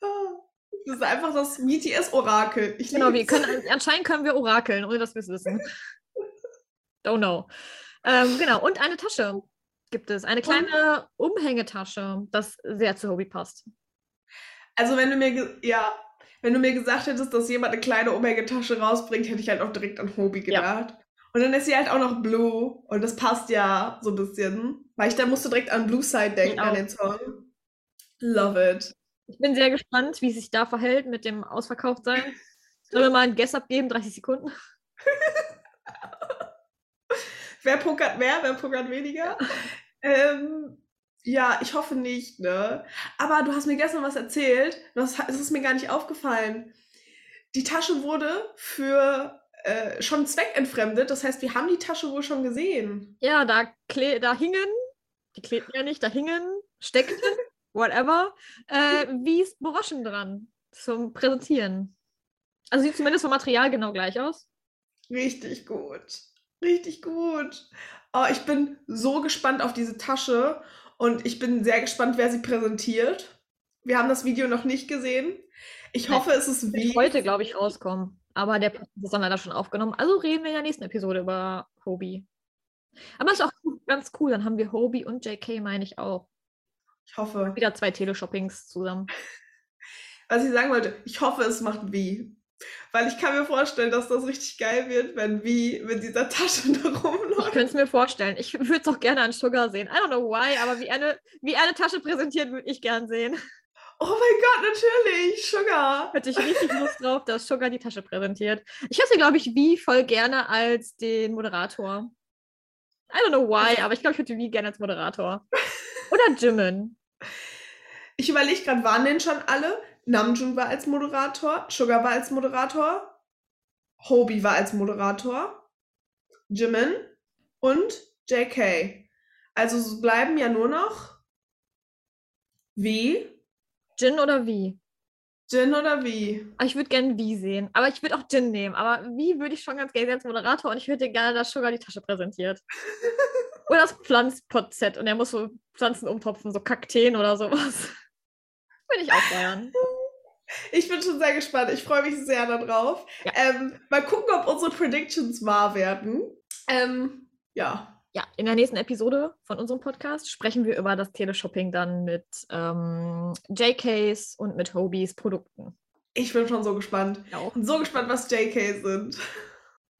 Ah, Das ist einfach das BTS-Orakel. Ich
Genau, wir
lieb's.
können, anscheinend können wir orakeln, ohne dass wir es wissen. Don't know. Ähm, genau, und eine Tasche gibt es. Eine kleine Umhängetasche, das sehr zu Hobie passt.
Also wenn du mir ge- ja, wenn du mir gesagt hättest, dass jemand eine kleine Omega-Tasche rausbringt, hätte ich halt auch direkt an Hobie
Ja.
gedacht. Und dann ist sie halt auch noch blue und das passt ja so ein bisschen. Weil ich da musste direkt an Blue Side denken,
Ich
an
auch.
den Song. Love it.
Ich bin sehr gespannt, wie sich da verhält mit dem Ausverkauftsein. Sollen wir mal ein Guess abgeben, 30 Sekunden?
Wer pokert mehr, wer pokert weniger? Ähm, ja, ich hoffe nicht, ne? Aber du hast mir gestern was erzählt, das ha- es ist mir gar nicht aufgefallen. Die Tasche wurde für äh, schon zweckentfremdet, das heißt, wir haben die Tasche wohl schon gesehen.
Ja, da, kle da hingen, die klebten ja nicht, da hingen, steckten, whatever, äh, Wies Broschen dran zum Präsentieren. Also sieht zumindest vom Material genau gleich aus.
Richtig gut. Richtig gut. Oh, ich bin so gespannt auf diese Tasche und ich bin sehr gespannt, wer sie präsentiert. Wir haben das Video noch nicht gesehen. Ich
Nein.
hoffe, es ist
Wird
wie.
heute, glaube ich, rauskommen. Aber der Podcast ist dann leider schon aufgenommen. Also reden wir in der nächsten Episode über Hobie. Aber ist auch ganz cool, dann haben wir Hobie und JK, meine ich auch.
Ich hoffe.
Wieder zwei Teleshoppings zusammen.
Was ich sagen wollte, ich hoffe, es macht wie. Weil ich kann mir vorstellen, dass das richtig geil wird, wenn wie mit dieser Tasche da
Ich
rumläuft.
könnte es mir vorstellen. Ich würde es auch gerne an Sugar sehen. I don't know why, aber wie eine, wie eine Tasche präsentiert, würde ich gern sehen.
Oh mein Gott, natürlich. Sugar.
Hätte ich richtig Lust drauf, dass Sugar die Tasche präsentiert. Ich hätte, glaube ich, wie voll gerne als den Moderator. I don't know why, aber ich glaube, ich hätte wie gerne als Moderator. Oder Jimin.
Ich überlege gerade, waren denn schon alle? Namjoon war als Moderator, Sugar war als Moderator, Hobie war als Moderator, Jimin und JK. Also es bleiben ja nur noch wie?
Jin oder wie?
Jin oder wie?
Aber ich würde gerne wie sehen. Aber ich würde auch Jin nehmen. Aber wie würde ich schon ganz gerne sehen als Moderator und ich würde gerne, dass Sugar die Tasche präsentiert. Oder das Pflanzpot-Set und er muss so Pflanzen umtopfen, so Kakteen oder sowas. Würde ich auch feiern.
Ich bin schon sehr gespannt. Ich freue mich sehr darauf.
Ja.
Ähm, mal gucken, ob unsere Predictions wahr werden. Ähm, ja.
Ja, in der nächsten Episode von unserem Podcast sprechen wir über das Teleshopping dann mit ähm, JKs und mit Hobies Produkten.
Ich bin schon so gespannt.
Auch.
Und so gespannt, was JK sind.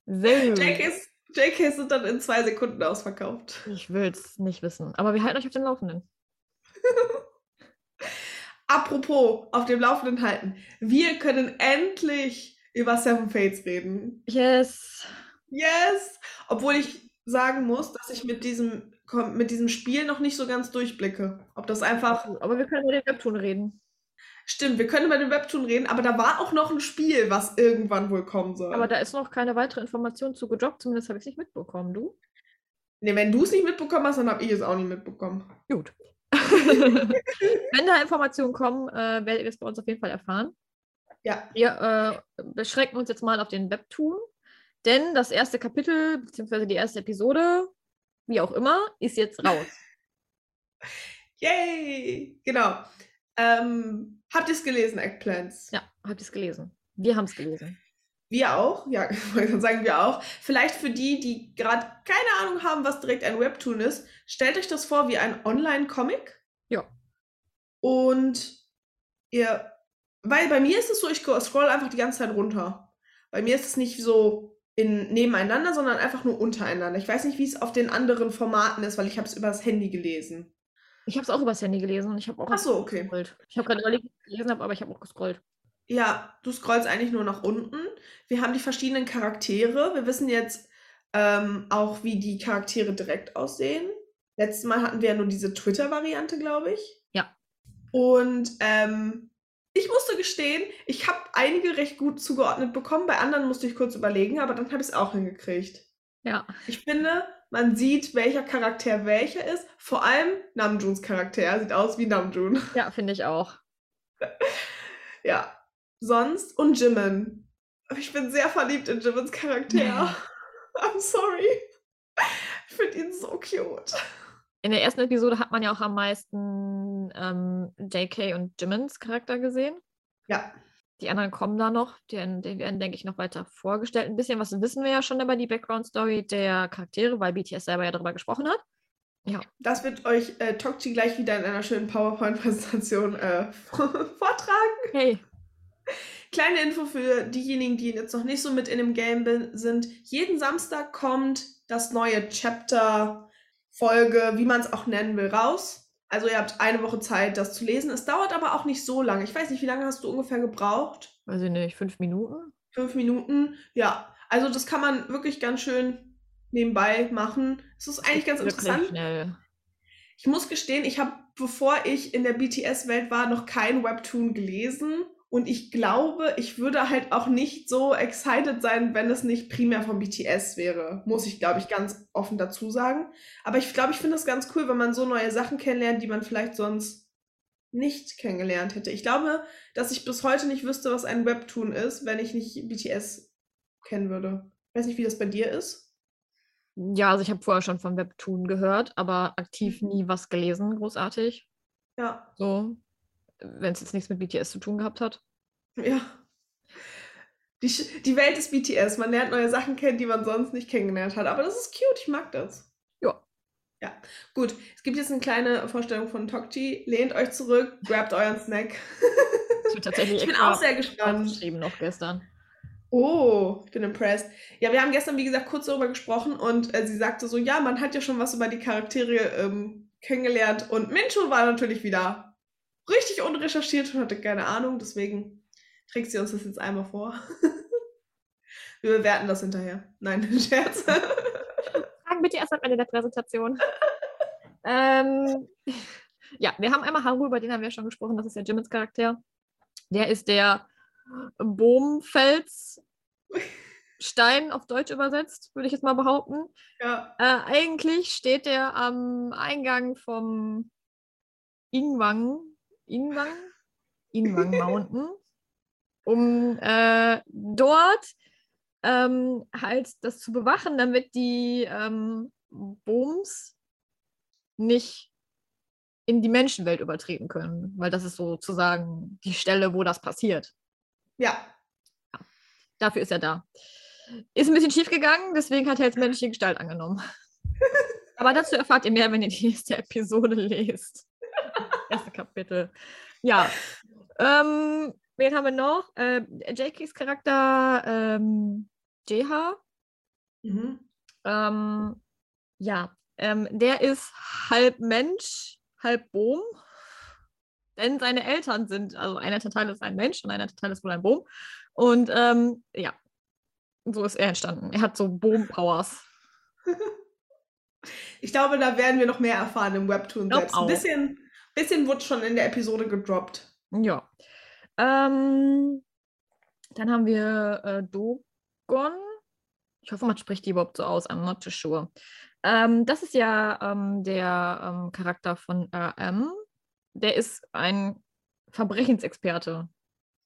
JKs.
JKs, JKs sind dann in zwei Sekunden ausverkauft.
Ich will es nicht wissen, aber wir halten euch auf den Laufenden.
Apropos, auf dem Laufenden halten. Wir können endlich über Seven Fates reden.
Yes.
Yes! Obwohl ich sagen muss, dass ich mit diesem, kom- mit diesem Spiel noch nicht so ganz durchblicke. Ob das einfach.
Aber wir können über den Webtoon reden.
Stimmt, wir können über den Webtoon reden, aber da war auch noch ein Spiel, was irgendwann wohl kommen soll.
Aber da ist noch keine weitere Information zu gedroppt, zumindest habe ich es nicht mitbekommen. Du?
nee, wenn du es nicht mitbekommen hast, dann habe ich es auch nicht mitbekommen.
Gut. Wenn da Informationen kommen, äh, werdet ihr es bei uns auf jeden Fall erfahren.
Ja.
Wir äh, beschränken uns jetzt mal auf den Webtoon, denn das erste Kapitel, beziehungsweise die erste Episode, wie auch immer, ist jetzt raus.
Yay! Genau. Ähm, habt ihr es gelesen, Eggplants?
Ja, habt ihr es gelesen? Wir haben es gelesen.
Wir auch, ja, ich wollte gerade sagen wir auch. Vielleicht für die, die gerade keine Ahnung haben, was direkt ein Webtoon ist, stellt euch das vor wie ein Online-Comic.
Ja.
Und ihr, weil bei mir ist es so, ich scroll einfach die ganze Zeit runter. Bei mir ist es nicht so in, nebeneinander, sondern einfach nur untereinander. Ich weiß nicht, wie es auf den anderen Formaten ist, weil ich habe es übers Handy gelesen.
Ich habe es auch übers Handy gelesen und ich habe auch
Ach so, okay.
gescrollt. Ich habe gerade überlegt, ob ich es gelesen habe, aber ich habe auch gescrollt.
Ja, du scrollst eigentlich nur nach unten. Wir haben die verschiedenen Charaktere. Wir wissen jetzt ähm, auch, wie die Charaktere direkt aussehen. Letztes Mal hatten wir ja nur diese Twitter-Variante, glaube ich.
Ja.
Und ähm, ich musste gestehen, ich habe einige recht gut zugeordnet bekommen. Bei anderen musste ich kurz überlegen, aber dann habe ich es auch hingekriegt.
Ja.
Ich finde, man sieht, welcher Charakter welcher ist. Vor allem Namjoons Charakter sieht aus wie Namjoon.
Ja, finde ich auch.
Ja. Sonst und Jimin. Ich bin sehr verliebt in Jimins Charakter.
Ja.
I'm sorry. Ich finde ihn so cute.
In der ersten Episode hat man ja auch am meisten ähm, JK und Jimmins Charakter gesehen.
Ja.
Die anderen kommen da noch. Die, die werden, denke ich, noch weiter vorgestellt. Ein bisschen was wissen wir ja schon über die Background-Story der Charaktere, weil BTS selber ja darüber gesprochen hat.
Das wird euch äh, Tokchi gleich wieder in einer schönen PowerPoint-Präsentation äh, vortragen.
Hey,
Kleine Info für diejenigen, die jetzt noch nicht so mit in dem Game bin- sind. Jeden Samstag kommt das neue Chapter, Folge, wie man es auch nennen will, raus. Also ihr habt eine Woche Zeit, das zu lesen. Es dauert aber auch nicht so lange. Ich weiß nicht, wie lange hast du ungefähr gebraucht?
weiß ich nicht, fünf Minuten?
fünf Minuten. Ja, also das kann man wirklich ganz schön nebenbei machen. Es ist eigentlich ganz
Wirklich
interessant.
schnell.
Ich muss gestehen, ich habe, bevor ich in der BTS-Welt war, noch kein Webtoon gelesen. Und ich glaube, ich würde halt auch nicht so excited sein, wenn es nicht primär von BTS wäre. Muss ich, glaube ich, ganz offen dazu sagen. Aber ich glaube, ich finde das ganz cool, wenn man so neue Sachen kennenlernt, die man vielleicht sonst nicht kennengelernt hätte. Ich glaube, dass ich bis heute nicht wüsste, was ein Webtoon ist, wenn ich nicht BTS kennen würde. Ich weiß nicht, wie das bei dir ist.
Ja, also ich habe vorher schon von Webtoon gehört, aber aktiv
Mhm.
nie was gelesen, großartig.
Ja,
So, wenn es jetzt nichts mit BTS zu tun gehabt hat.
Ja. Die, Sch- die Welt ist BTS. Man lernt neue Sachen kennen, die man sonst nicht kennengelernt hat. Aber das ist cute. Ich mag das.
Ja.
Ja. Gut. Es gibt jetzt eine kleine Vorstellung von Tokchi. Lehnt euch zurück, grabt euren Snack.
Ich bin, tatsächlich
Ich bin
extra
auch sehr gespannt.
aufgeschrieben noch gestern.
Oh, ich bin impressed. Ja, wir haben gestern, wie gesagt, kurz darüber gesprochen und äh, sie sagte so, ja, man hat ja schon was über die Charaktere ähm, kennengelernt und Mincho war natürlich wieder richtig unrecherchiert und hatte keine Ahnung, deswegen trägt sie uns das jetzt einmal vor. wir bewerten das hinterher. Nein, Scherz.
Fragen bitte erst am Ende der Präsentation. ähm, ja, wir haben einmal Haru, über den haben wir schon gesprochen, das ist der Jimmins Charakter. Der ist der Bohmfelsstein auf Deutsch übersetzt, würde ich jetzt mal behaupten.
ja.
Äh, eigentlich steht der am Eingang vom Ingwang, Ingwang, Ingwang Mountain, um äh, dort ähm, halt das zu bewachen, damit die ähm, Booms nicht in die Menschenwelt übertreten können, weil das ist sozusagen die Stelle, wo das passiert.
ja.
Dafür ist er da. Ist ein bisschen schief gegangen, deswegen hat er jetzt menschliche Gestalt angenommen. Aber dazu erfahrt ihr mehr, wenn ihr die nächste Episode lest. Erste Kapitel. Ja. Ähm, wen haben wir noch? Äh, JKs Charakter ähm, JH.
Mhm.
Ähm, ja, ähm, der ist halb Mensch, halb Bohm. Denn seine Eltern sind, also einer Teil ist ein Mensch und einer Teil ist wohl ein Bohm. Und ähm, ja, so ist er entstanden. Er hat so Bohm-Powers.
Ich glaube, da werden wir noch mehr erfahren im Webtoon
Glaub
selbst.
auch.
Ein bisschen, bisschen wurde schon in der Episode gedroppt.
Ja. Ähm, dann haben wir äh, Dogon. Ich hoffe, man spricht die überhaupt so aus. I'm not too sure. Ähm, das ist ja ähm, der ähm, Charakter von RM. Der ist ein Verbrechensexperte.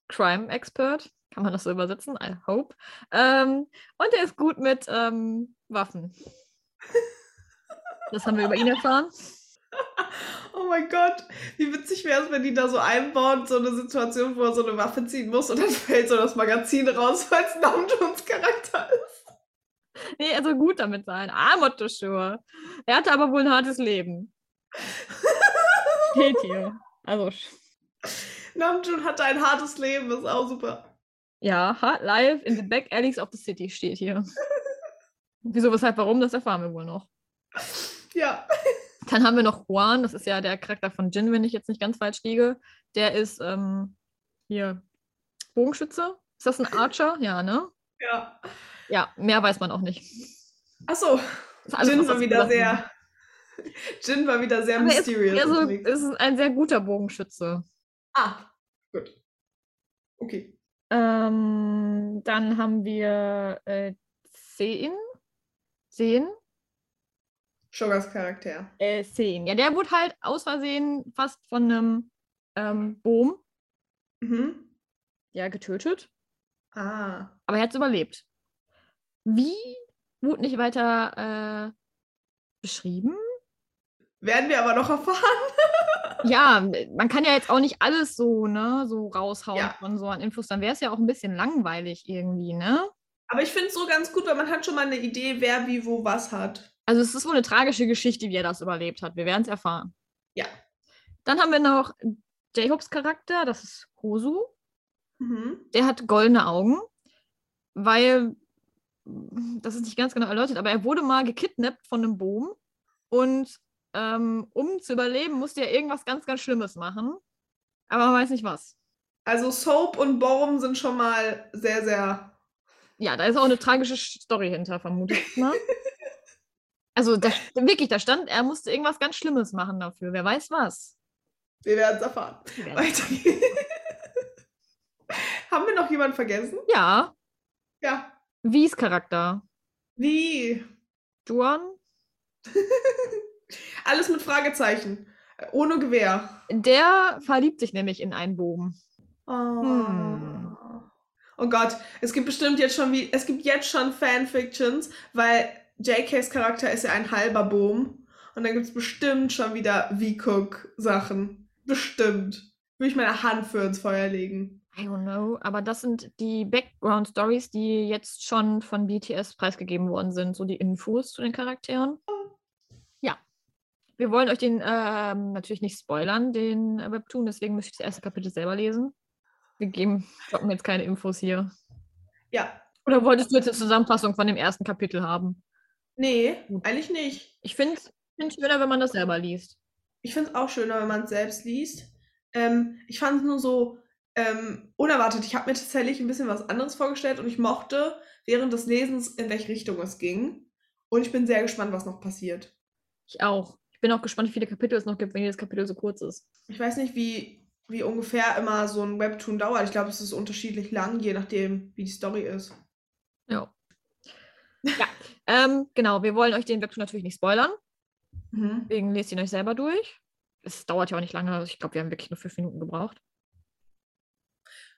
Crime Expert. Kann man das so übersetzen? I hope. Ähm, und er ist gut mit ähm, Waffen. Das haben wir über ihn erfahren.
Oh mein Gott, wie witzig wäre es, wenn die da so einbauen, so eine Situation, wo er so eine Waffe ziehen muss und dann fällt so das Magazin raus, weil es Namjoons Charakter ist.
Nee, er soll gut damit sein. Armotto-Schuhe. Er hatte aber wohl ein hartes Leben. Steht hier. Also, sch-
Namjoon hatte ein hartes Leben, ist auch super.
ja, Hard Life in the Back Alleys of the City steht hier. Wieso, weshalb, warum, das erfahren wir wohl noch.
Ja,
Dann haben wir noch Juan, das ist ja der Charakter von Jin, wenn ich jetzt nicht ganz falsch liege. Der ist ähm, hier Bogenschütze? Ist das ein Archer? Ja, ne?
Ja.
Ja, mehr weiß man auch nicht.
Achso,
Ist alles,
Jin
was
war
das
wieder
gesagt wird.
sehr. Jin war wieder sehr
Aber er ist
mysterious.
Ja, so,
unterwegs.
es ist ein sehr guter Bogenschütze.
ah, gut. Okay.
Ähm, dann haben wir äh, Seen. Seen?
Shogas Charakter.
Äh, Seen. Ja, der wurde halt aus Versehen fast von einem ähm, Boom
Mhm.
ja, getötet.
Ah.
Aber er hat es überlebt. Wie wurde nicht weiter äh, beschrieben?
Werden wir aber noch erfahren.
Ja, man kann ja jetzt auch nicht alles so, ne, so raushauen
Ja.
von so an Infos. Dann wäre es ja auch ein bisschen langweilig irgendwie, ne?
Aber ich finde es so ganz gut, weil man hat schon mal eine Idee, wer wie wo was hat.
Also es ist wohl eine tragische Geschichte, wie er das überlebt hat. Wir werden es erfahren.
Ja.
Dann haben wir noch Jacobs Charakter, das ist Hosu.
Mhm.
Der hat goldene Augen, weil, das ist nicht ganz genau erläutert, aber er wurde mal gekidnappt von einem Boom. Und ähm, um zu überleben, musste er irgendwas ganz, ganz Schlimmes machen. Aber man weiß nicht was.
Also Soap und Baum sind schon mal sehr, sehr.
Ja, da ist auch eine tragische Story hinter, vermute ich mal. Also da, wirklich, da stand, er musste irgendwas ganz Schlimmes machen dafür. Wer weiß was.
Wir werden es erfahren. Weiter geht's. Haben wir noch jemanden vergessen?
Ja,
Ja.
Wies Charakter.
Wie?
Juan,
Alles mit Fragezeichen. Ohne Gewehr.
der verliebt sich nämlich in einen Bogen.
Oh.
Hm.
oh Gott, es gibt bestimmt jetzt schon wie es gibt jetzt schon Fanfictions, weil JKs Charakter ist ja ein halber Boom und dann gibt es bestimmt schon wieder V-Cook Sachen. Bestimmt. Würde ich meine Hand für ins Feuer legen.
I don't know, aber das sind die Background-Stories, die jetzt schon von BTS preisgegeben worden sind, so die Infos zu den Charakteren. Ja. Wir wollen euch den ähm, natürlich nicht spoilern, den äh, Webtoon, deswegen müsst ihr das erste Kapitel selber lesen. Wir geben droppen jetzt keine Infos hier.
Ja.
Oder wolltest du jetzt eine Zusammenfassung von dem ersten Kapitel haben?
Nee, eigentlich nicht.
Ich finde es schöner, wenn man das selber liest.
Ich finde es auch schöner, wenn man es selbst liest. Ähm, ich fand es nur so ähm, unerwartet. Ich habe mir tatsächlich ein bisschen was anderes vorgestellt und ich mochte während des Lesens, in welche Richtung es ging. Und ich bin sehr gespannt, was noch passiert.
Ich auch. Ich bin auch gespannt, wie viele Kapitel es noch gibt, wenn jedes Kapitel so kurz ist.
Ich weiß nicht, wie, wie ungefähr immer so ein Webtoon dauert. Ich glaube, es ist unterschiedlich lang, je nachdem, wie die Story ist.
Ja. ja. Ähm, genau, wir wollen euch den Webtoon natürlich nicht spoilern.
Mhm.
Deswegen lest ihn euch selber durch. Es dauert ja auch nicht lange. Also ich glaube, wir haben wirklich nur fünf Minuten gebraucht.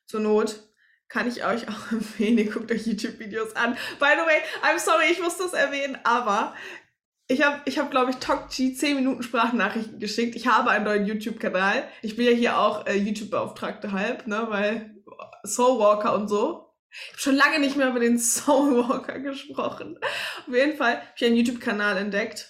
Zur Not kann ich euch auch empfehlen, ihr guckt euch YouTube-Videos an. By the way, I'm sorry, ich muss das erwähnen, aber ich habe, ich hab, glaube ich, Tokchi 10 Minuten Sprachnachrichten geschickt. Ich habe einen neuen YouTube-Kanal. Ich bin ja hier auch äh, YouTube-Beauftragte halb, ne, weil Soul Walker und so. Ich habe schon lange nicht mehr über den Soul Walker gesprochen. Auf jeden Fall habe ich einen YouTube-Kanal entdeckt.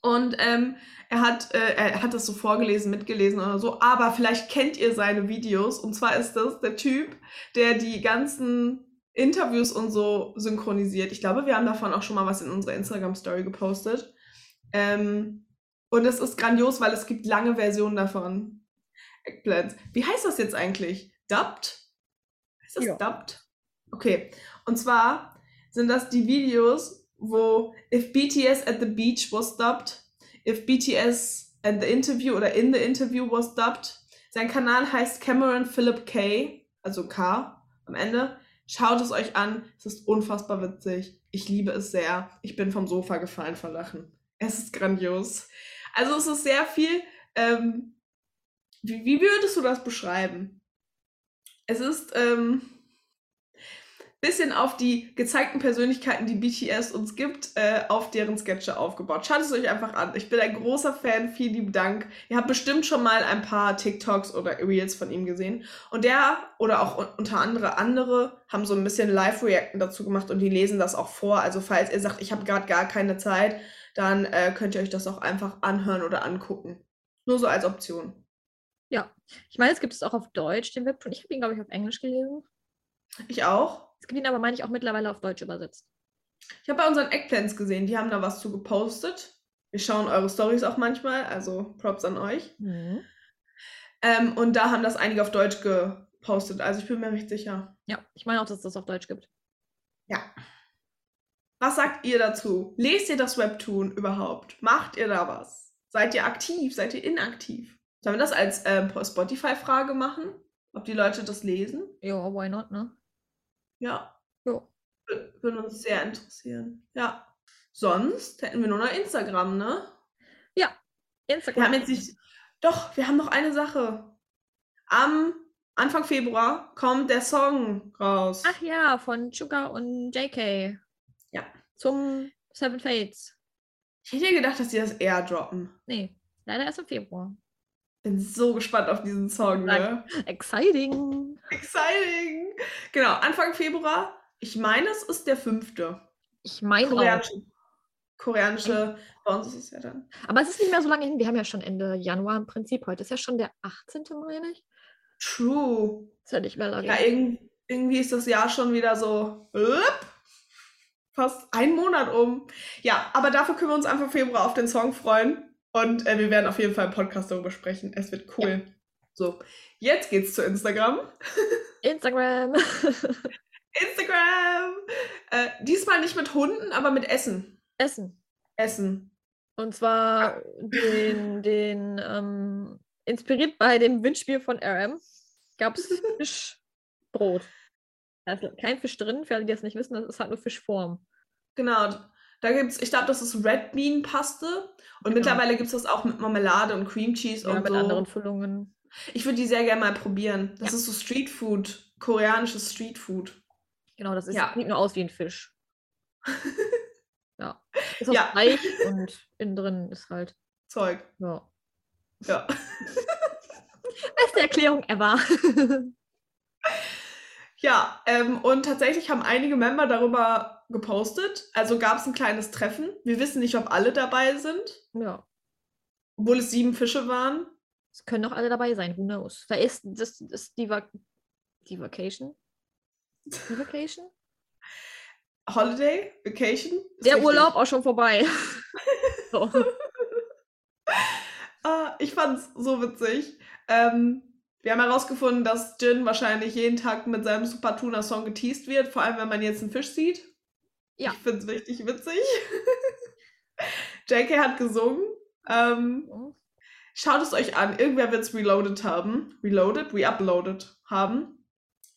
Und ähm, er hat, äh, er hat das so vorgelesen, mitgelesen oder so, aber vielleicht kennt ihr seine Videos. Und zwar ist das der Typ, der die ganzen Interviews und so synchronisiert. Ich glaube, wir haben davon auch schon mal was in unserer Instagram-Story gepostet. Ähm, und es ist grandios, weil es gibt lange Versionen davon. Eggplants. Wie heißt das jetzt eigentlich? Dubbed? Heißt das
Ja.
Dubbed? Okay. Und zwar sind das die Videos, wo If BTS at the Beach was dubbed, if BTS and the interview oder in the interview was dubbed. Sein Kanal heißt Cameron Philip K, also K am Ende. Schaut es euch an, es ist unfassbar witzig. Ich liebe es sehr. Ich bin vom Sofa gefallen vor Lachen. Es ist grandios. Also es ist sehr viel. Ähm, wie, wie würdest du das beschreiben? Es ist ähm, bisschen auf die gezeigten Persönlichkeiten, die BTS uns gibt, äh, auf deren Sketche aufgebaut. Schaut es euch einfach an. Ich bin ein großer Fan. Vielen lieben Dank. Ihr habt bestimmt schon mal ein paar TikToks oder Reels von ihm gesehen. Und der oder auch un- unter andere andere haben so ein bisschen Live-Reacten dazu gemacht und die lesen das auch vor. Also falls ihr sagt, ich habe gerade gar keine Zeit, dann äh, könnt ihr euch das auch einfach anhören oder angucken. Nur so als Option.
Ich meine, es gibt es auch auf Deutsch, den Webtoon. Ich habe ihn, glaube ich, auf Englisch gelesen.
Ich auch.
Es gibt ihn aber, meine ich, auch mittlerweile auf Deutsch übersetzt.
Ich habe bei unseren Eggplants gesehen, die haben da was zu gepostet. Wir schauen eure Stories auch manchmal, also Props an euch. Ähm, und da haben das einige auf Deutsch gepostet postet. Also ich bin mir recht sicher.
Ja, ich meine auch, dass es das auf Deutsch gibt.
Ja. Was sagt ihr dazu? Lest ihr das Webtoon überhaupt? Macht ihr da was? Seid ihr aktiv? Seid ihr inaktiv? Sollen wir das als ähm, Spotify-Frage machen? Ob die Leute das lesen?
Ja, why not, ne?
Ja.
Jo.
W- Würde uns sehr interessieren. Ja. Sonst hätten wir nur noch Instagram, ne? Wir
Instagram.
haben jetzt nicht. Doch, wir haben noch eine Sache. Am Anfang Februar kommt der Song raus.
Ach ja, von Sugar und JK.
Ja.
Zum Seven Fates.
Ich hätte ja gedacht, dass die das eher droppen.
Nee, leider erst im Februar.
Bin so gespannt auf diesen Song, ne?
Exciting.
Exciting! Genau, Anfang Februar. Ich meine, es ist der fünfte.
Ich meine auch.
Koreanische. Koreanische. Bei uns ist es ja dann.
Aber es ist nicht mehr so lange hin. Wir haben ja schon Ende Januar im Prinzip. Heute ist ja schon der 18. meine ich.
True.
Ist ja nicht mehr lange.
Ja, irg irgendwie ist das Jahr schon wieder so. Upp, fast einen Monat um. Ja, aber dafür können wir uns Anfang Februar auf den Song freuen. Und äh, wir werden auf jeden Fall im Podcast darüber sprechen. Es wird cool. So, jetzt geht's zu Instagram.
Instagram.
Instagram! Äh, diesmal nicht mit Hunden, aber mit Essen.
Essen.
Essen.
Und zwar den, den ähm, inspiriert bei dem Windspiel von RM gab es Fischbrot. Also kein Fisch drin, für alle, die das nicht wissen, das ist halt nur Fischform.
Genau. Da gibt's, ich glaube, das ist Red Bean Paste. Und
Genau.
mittlerweile gibt's das auch mit Marmelade und Cream Cheese
Ja,
und
mit
so.
anderen Füllungen.
Ich würde die sehr gerne mal probieren. Das ist so Street Food, koreanisches Street Food.
Genau, das ist,
Ja.
sieht nur aus wie ein Fisch. ja. Ist aus
Ja.
Teig und innen drin ist halt,
Zeug.
ja.
Ja.
Beste Erklärung ever.
Ja, ähm, und tatsächlich haben einige Member darüber gepostet. Also gab es ein kleines Treffen. Wir wissen nicht, ob alle dabei sind,
ja.
obwohl es sieben Fische waren.
Es können auch alle dabei sein, who knows. Da ist, das ist die, Va die Vacation. Die Vacation?
Holiday, Vacation. ist
Der
richtig.
Urlaub auch schon vorbei. so.
Ah, ich fand's so witzig. Ähm, wir haben herausgefunden, dass Jin wahrscheinlich jeden Tag mit seinem Super Tuna-Song geteased wird, vor allem wenn man jetzt einen Fisch sieht.
Ja.
Ich find's richtig witzig. JK hat gesungen. Ähm, schaut es euch an. Irgendwer wird's reloaded haben. Reloaded, reuploaded haben.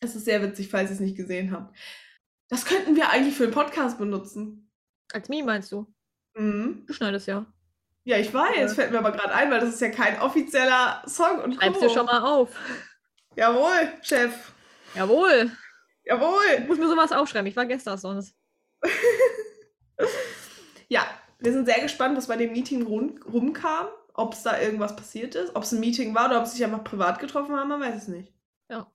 Es ist sehr witzig, falls ihr es nicht gesehen habt. Das könnten wir eigentlich für den Podcast benutzen.
Als Meme meinst du?
Mhm.
Du schneidest ja.
Ja, ich weiß,
Ja.
fällt mir aber gerade ein, weil das ist ja kein offizieller Song und
Schreibst
Co.
du schon mal auf.
Jawohl, Chef.
Jawohl. Ich
Jawohl.
muss mir sowas aufschreiben. Ich war gestern sonst.
Ja, wir sind sehr gespannt, was bei dem Meeting rum, rumkam. Ob es da irgendwas passiert ist, ob es ein Meeting war oder ob sie sich einfach privat getroffen haben, man weiß es nicht.
Ja.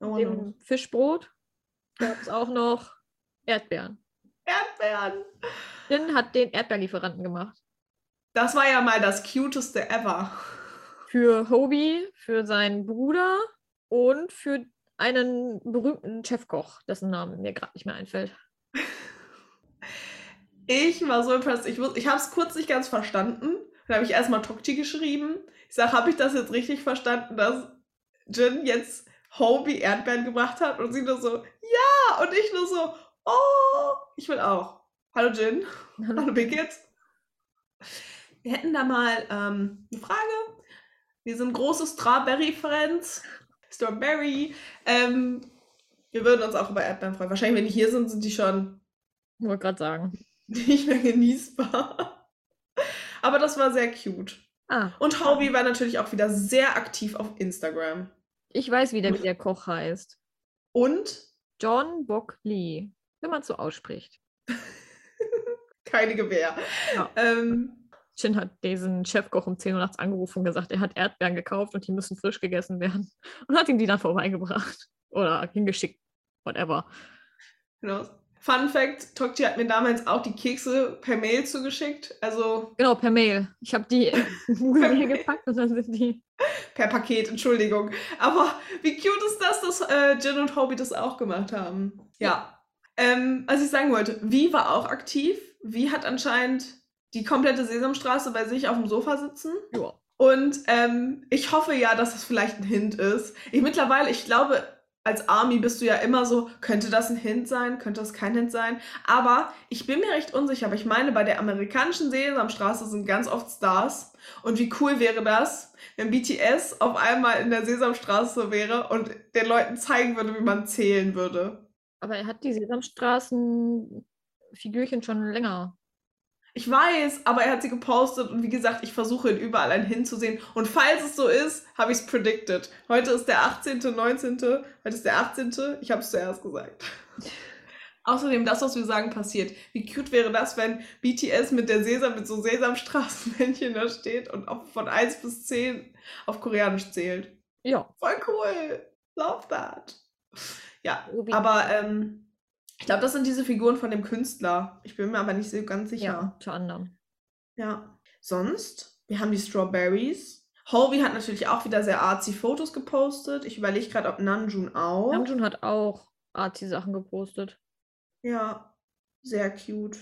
No one knows.
Dem Fischbrot gab es auch noch Erdbeeren.
Erdbeeren.
Jin hat den Erdbeerlieferanten gemacht.
Das war ja mal das cuteste ever.
Für Hobie, für seinen Bruder und für einen berühmten Chefkoch, dessen Name mir gerade nicht mehr einfällt.
Ich war so impressed. Ich, wus- ich habe es kurz nicht ganz verstanden. Dann habe ich erstmal Tokchi geschrieben. Ich sage, habe ich das jetzt richtig verstanden, dass Jin jetzt Hobie Erdbeeren gebracht hat? Und sie nur so, ja! Und ich nur so, oh! Ich will auch. Hallo Jin. Hallo Birgit. Wir hätten da mal ähm, eine Frage. Wir sind große Strawberry-Fans. Strawberry. Ähm, wir würden uns auch über Erdbeeren freuen. Wahrscheinlich, wenn die hier sind, sind die schon
Wollte gerade sagen.
nicht mehr genießbar. Aber das war sehr cute.
Ah,
Und Hobie war natürlich auch wieder sehr aktiv auf Instagram.
ich weiß wieder, wie der Koch heißt.
Und
John Bock Lee, wenn man es so ausspricht.
keine Gewehr.
Ja.
Ähm,
Chin hat diesen Chefkoch um 10 Uhr nachts angerufen und gesagt, er hat Erdbeeren gekauft und die müssen frisch gegessen werden. Und hat ihm die dann vorbeigebracht. Oder hingeschickt. Whatever.
genau. Fun Fact: Tokti hat mir damals auch die Kekse per Mail zugeschickt. Also
Genau, per Mail. Ich habe die
Mail.
hier gepackt und dann sind die.
per Paket, Entschuldigung. Aber wie cute ist das, dass äh, Jin und Hobie das auch gemacht haben? Ja. Ähm, was ich sagen wollte: Wie war auch aktiv. Wie hat anscheinend die komplette Sesamstraße bei sich auf dem Sofa sitzen.
Ja.
Und ähm, ich hoffe ja, dass das vielleicht ein Hint ist. Ich mittlerweile, ich glaube, als Army bist du ja immer so, könnte das ein Hint sein, könnte das kein Hint sein. Aber ich bin mir recht unsicher, aber ich meine, bei der amerikanischen Sesamstraße sind ganz oft Stars. Und wie cool wäre das, wenn BTS auf einmal in der Sesamstraße wäre und den Leuten zeigen würde, wie man zählen würde.
Aber er hat die Sesamstraßen-Figürchen schon länger.
Ich weiß, aber er hat sie gepostet und wie gesagt, ich versuche ihn überall ein hinzusehen. Und falls es so ist, habe ich es predicted. Heute ist der 18., 19., heute ist der 18., ich habe es zuerst gesagt. Außerdem das, was wir sagen, passiert. Wie cute wäre das, wenn BTS mit der Sesam, mit so Sesamstraßenmännchen da steht und auf, von 1 bis 10 auf Koreanisch zählt.
Ja.
Voll cool. Love that. Ja,
so wie-
aber ähm, ich glaube, das sind diese Figuren von dem Künstler. Ich bin mir aber nicht so ganz sicher.
Ja, unter anderem.
Ja. Sonst, wir haben die Strawberries. Howie hat natürlich auch wieder sehr artsy Fotos gepostet. Ich überlege gerade, ob Nanjun auch.
Namjoon hat auch Artsy-Sachen gepostet.
Ja, sehr cute.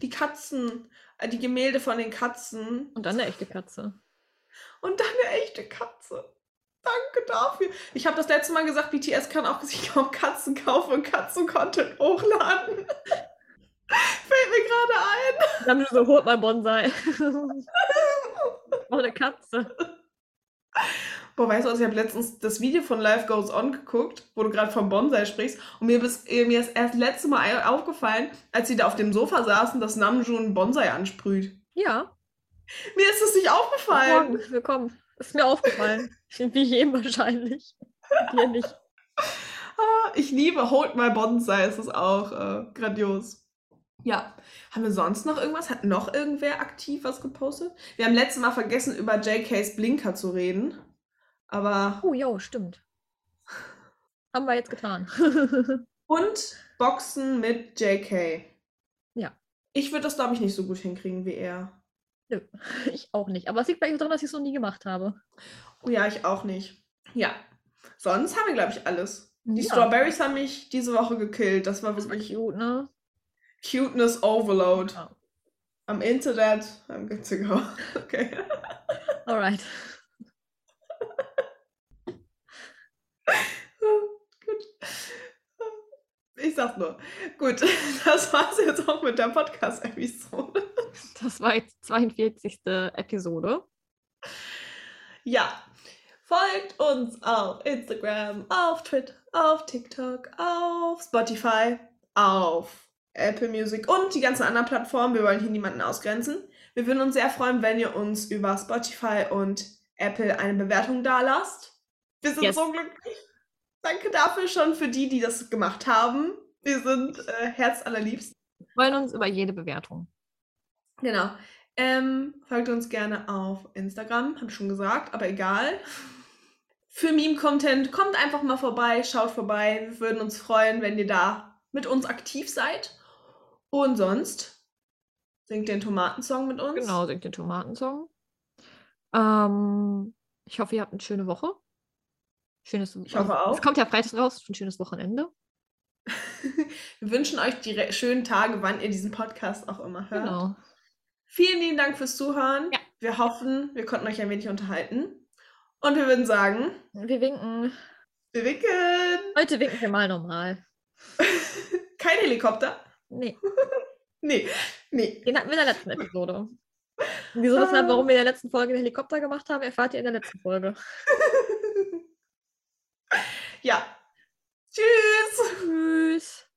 Die Katzen, äh, die Gemälde von den Katzen.
Und dann eine echte Katze.
Und dann eine echte Katze. Danke dafür. Ich habe das letzte Mal gesagt, BTS kann auch sich kaum Katzen kaufen und Katzen-Content hochladen. Fällt mir gerade ein.
Namjoon so, holt mein Bonsai. oh, eine Katze.
Boah, weißt du was, ich habe letztens das Video von Life Goes On geguckt, wo du gerade vom Bonsai sprichst. Und mir, bis, äh, mir ist erst letzte Mal ein- aufgefallen, als sie da auf dem Sofa saßen, dass Namjoon Bonsai ansprüht.
Ja,
Mir ist das nicht aufgefallen.
willkommen. willkommen. Ist mir aufgefallen. Wie jedem wahrscheinlich. Dir nicht.
Ah, ich liebe Hold My Bonsai, es ist auch äh, grandios. Ja. Haben wir sonst noch irgendwas? Hat noch irgendwer aktiv was gepostet? Wir haben letztes Mal vergessen, über JKs Blinker zu reden. Aber.
Oh, jo, stimmt. Haben wir jetzt getan.
Und Boxen mit JK.
Ja.
Ich würde das, glaube ich, nicht so gut hinkriegen wie er.
ich auch nicht. Aber es liegt bei mir daran, dass ich es noch nie gemacht habe.
Oh ja, ich auch nicht. Ja. Sonst haben wir, glaube ich, alles. Die
Ja.
Strawberries haben mich diese Woche gekillt. Das war
Das war
wirklich
cute, ne?
Cuteness Overload.
Ja.
Am Internet, I'm good to go. Okay.
Alright.
gut. Ich sag nur. Gut, das war's jetzt auch mit der Podcast-Episode.
Das war jetzt die 42. Episode.
Ja. Folgt uns auf Instagram, auf Twitter, auf TikTok, auf Spotify, auf Apple Music und die ganzen anderen Plattformen. Wir wollen hier niemanden ausgrenzen. Wir würden uns sehr freuen, wenn ihr uns über Spotify und Apple eine Bewertung dalasst. Wir sind
Yes.
so glücklich. Danke dafür schon für die, die das gemacht haben. Wir sind äh, herzallerliebst.
Freuen uns über jede Bewertung.
Genau. Ähm, folgt uns gerne auf Instagram, habe ich schon gesagt, aber egal. Für Meme-Content kommt einfach mal vorbei, schaut vorbei. Wir würden uns freuen, wenn ihr da mit uns aktiv seid. Und sonst singt den Tomatensong mit uns.
Genau, singt den Tomatensong. Ähm, ich hoffe, ihr habt eine schöne Woche. Schönes
Ich hoffe auch.
Es kommt ja freitags raus, ein schönes Wochenende.
Wir wünschen euch die re- schönen Tage, wann ihr diesen Podcast auch immer hört.
Genau.
Vielen lieben Dank fürs Zuhören.
Ja.
Wir hoffen, wir konnten euch ein wenig unterhalten. Und wir würden sagen,
Wir winken.
wir winken.
Heute winken wir mal normal.
Kein Helikopter.
Nee,
Nee, nee.
den hatten wir in der letzten Episode. Und Wieso das war, warum wir in der letzten Folge den Helikopter gemacht haben, erfahrt ihr in der letzten Folge.
Ja. Tschüss.
Tschüss.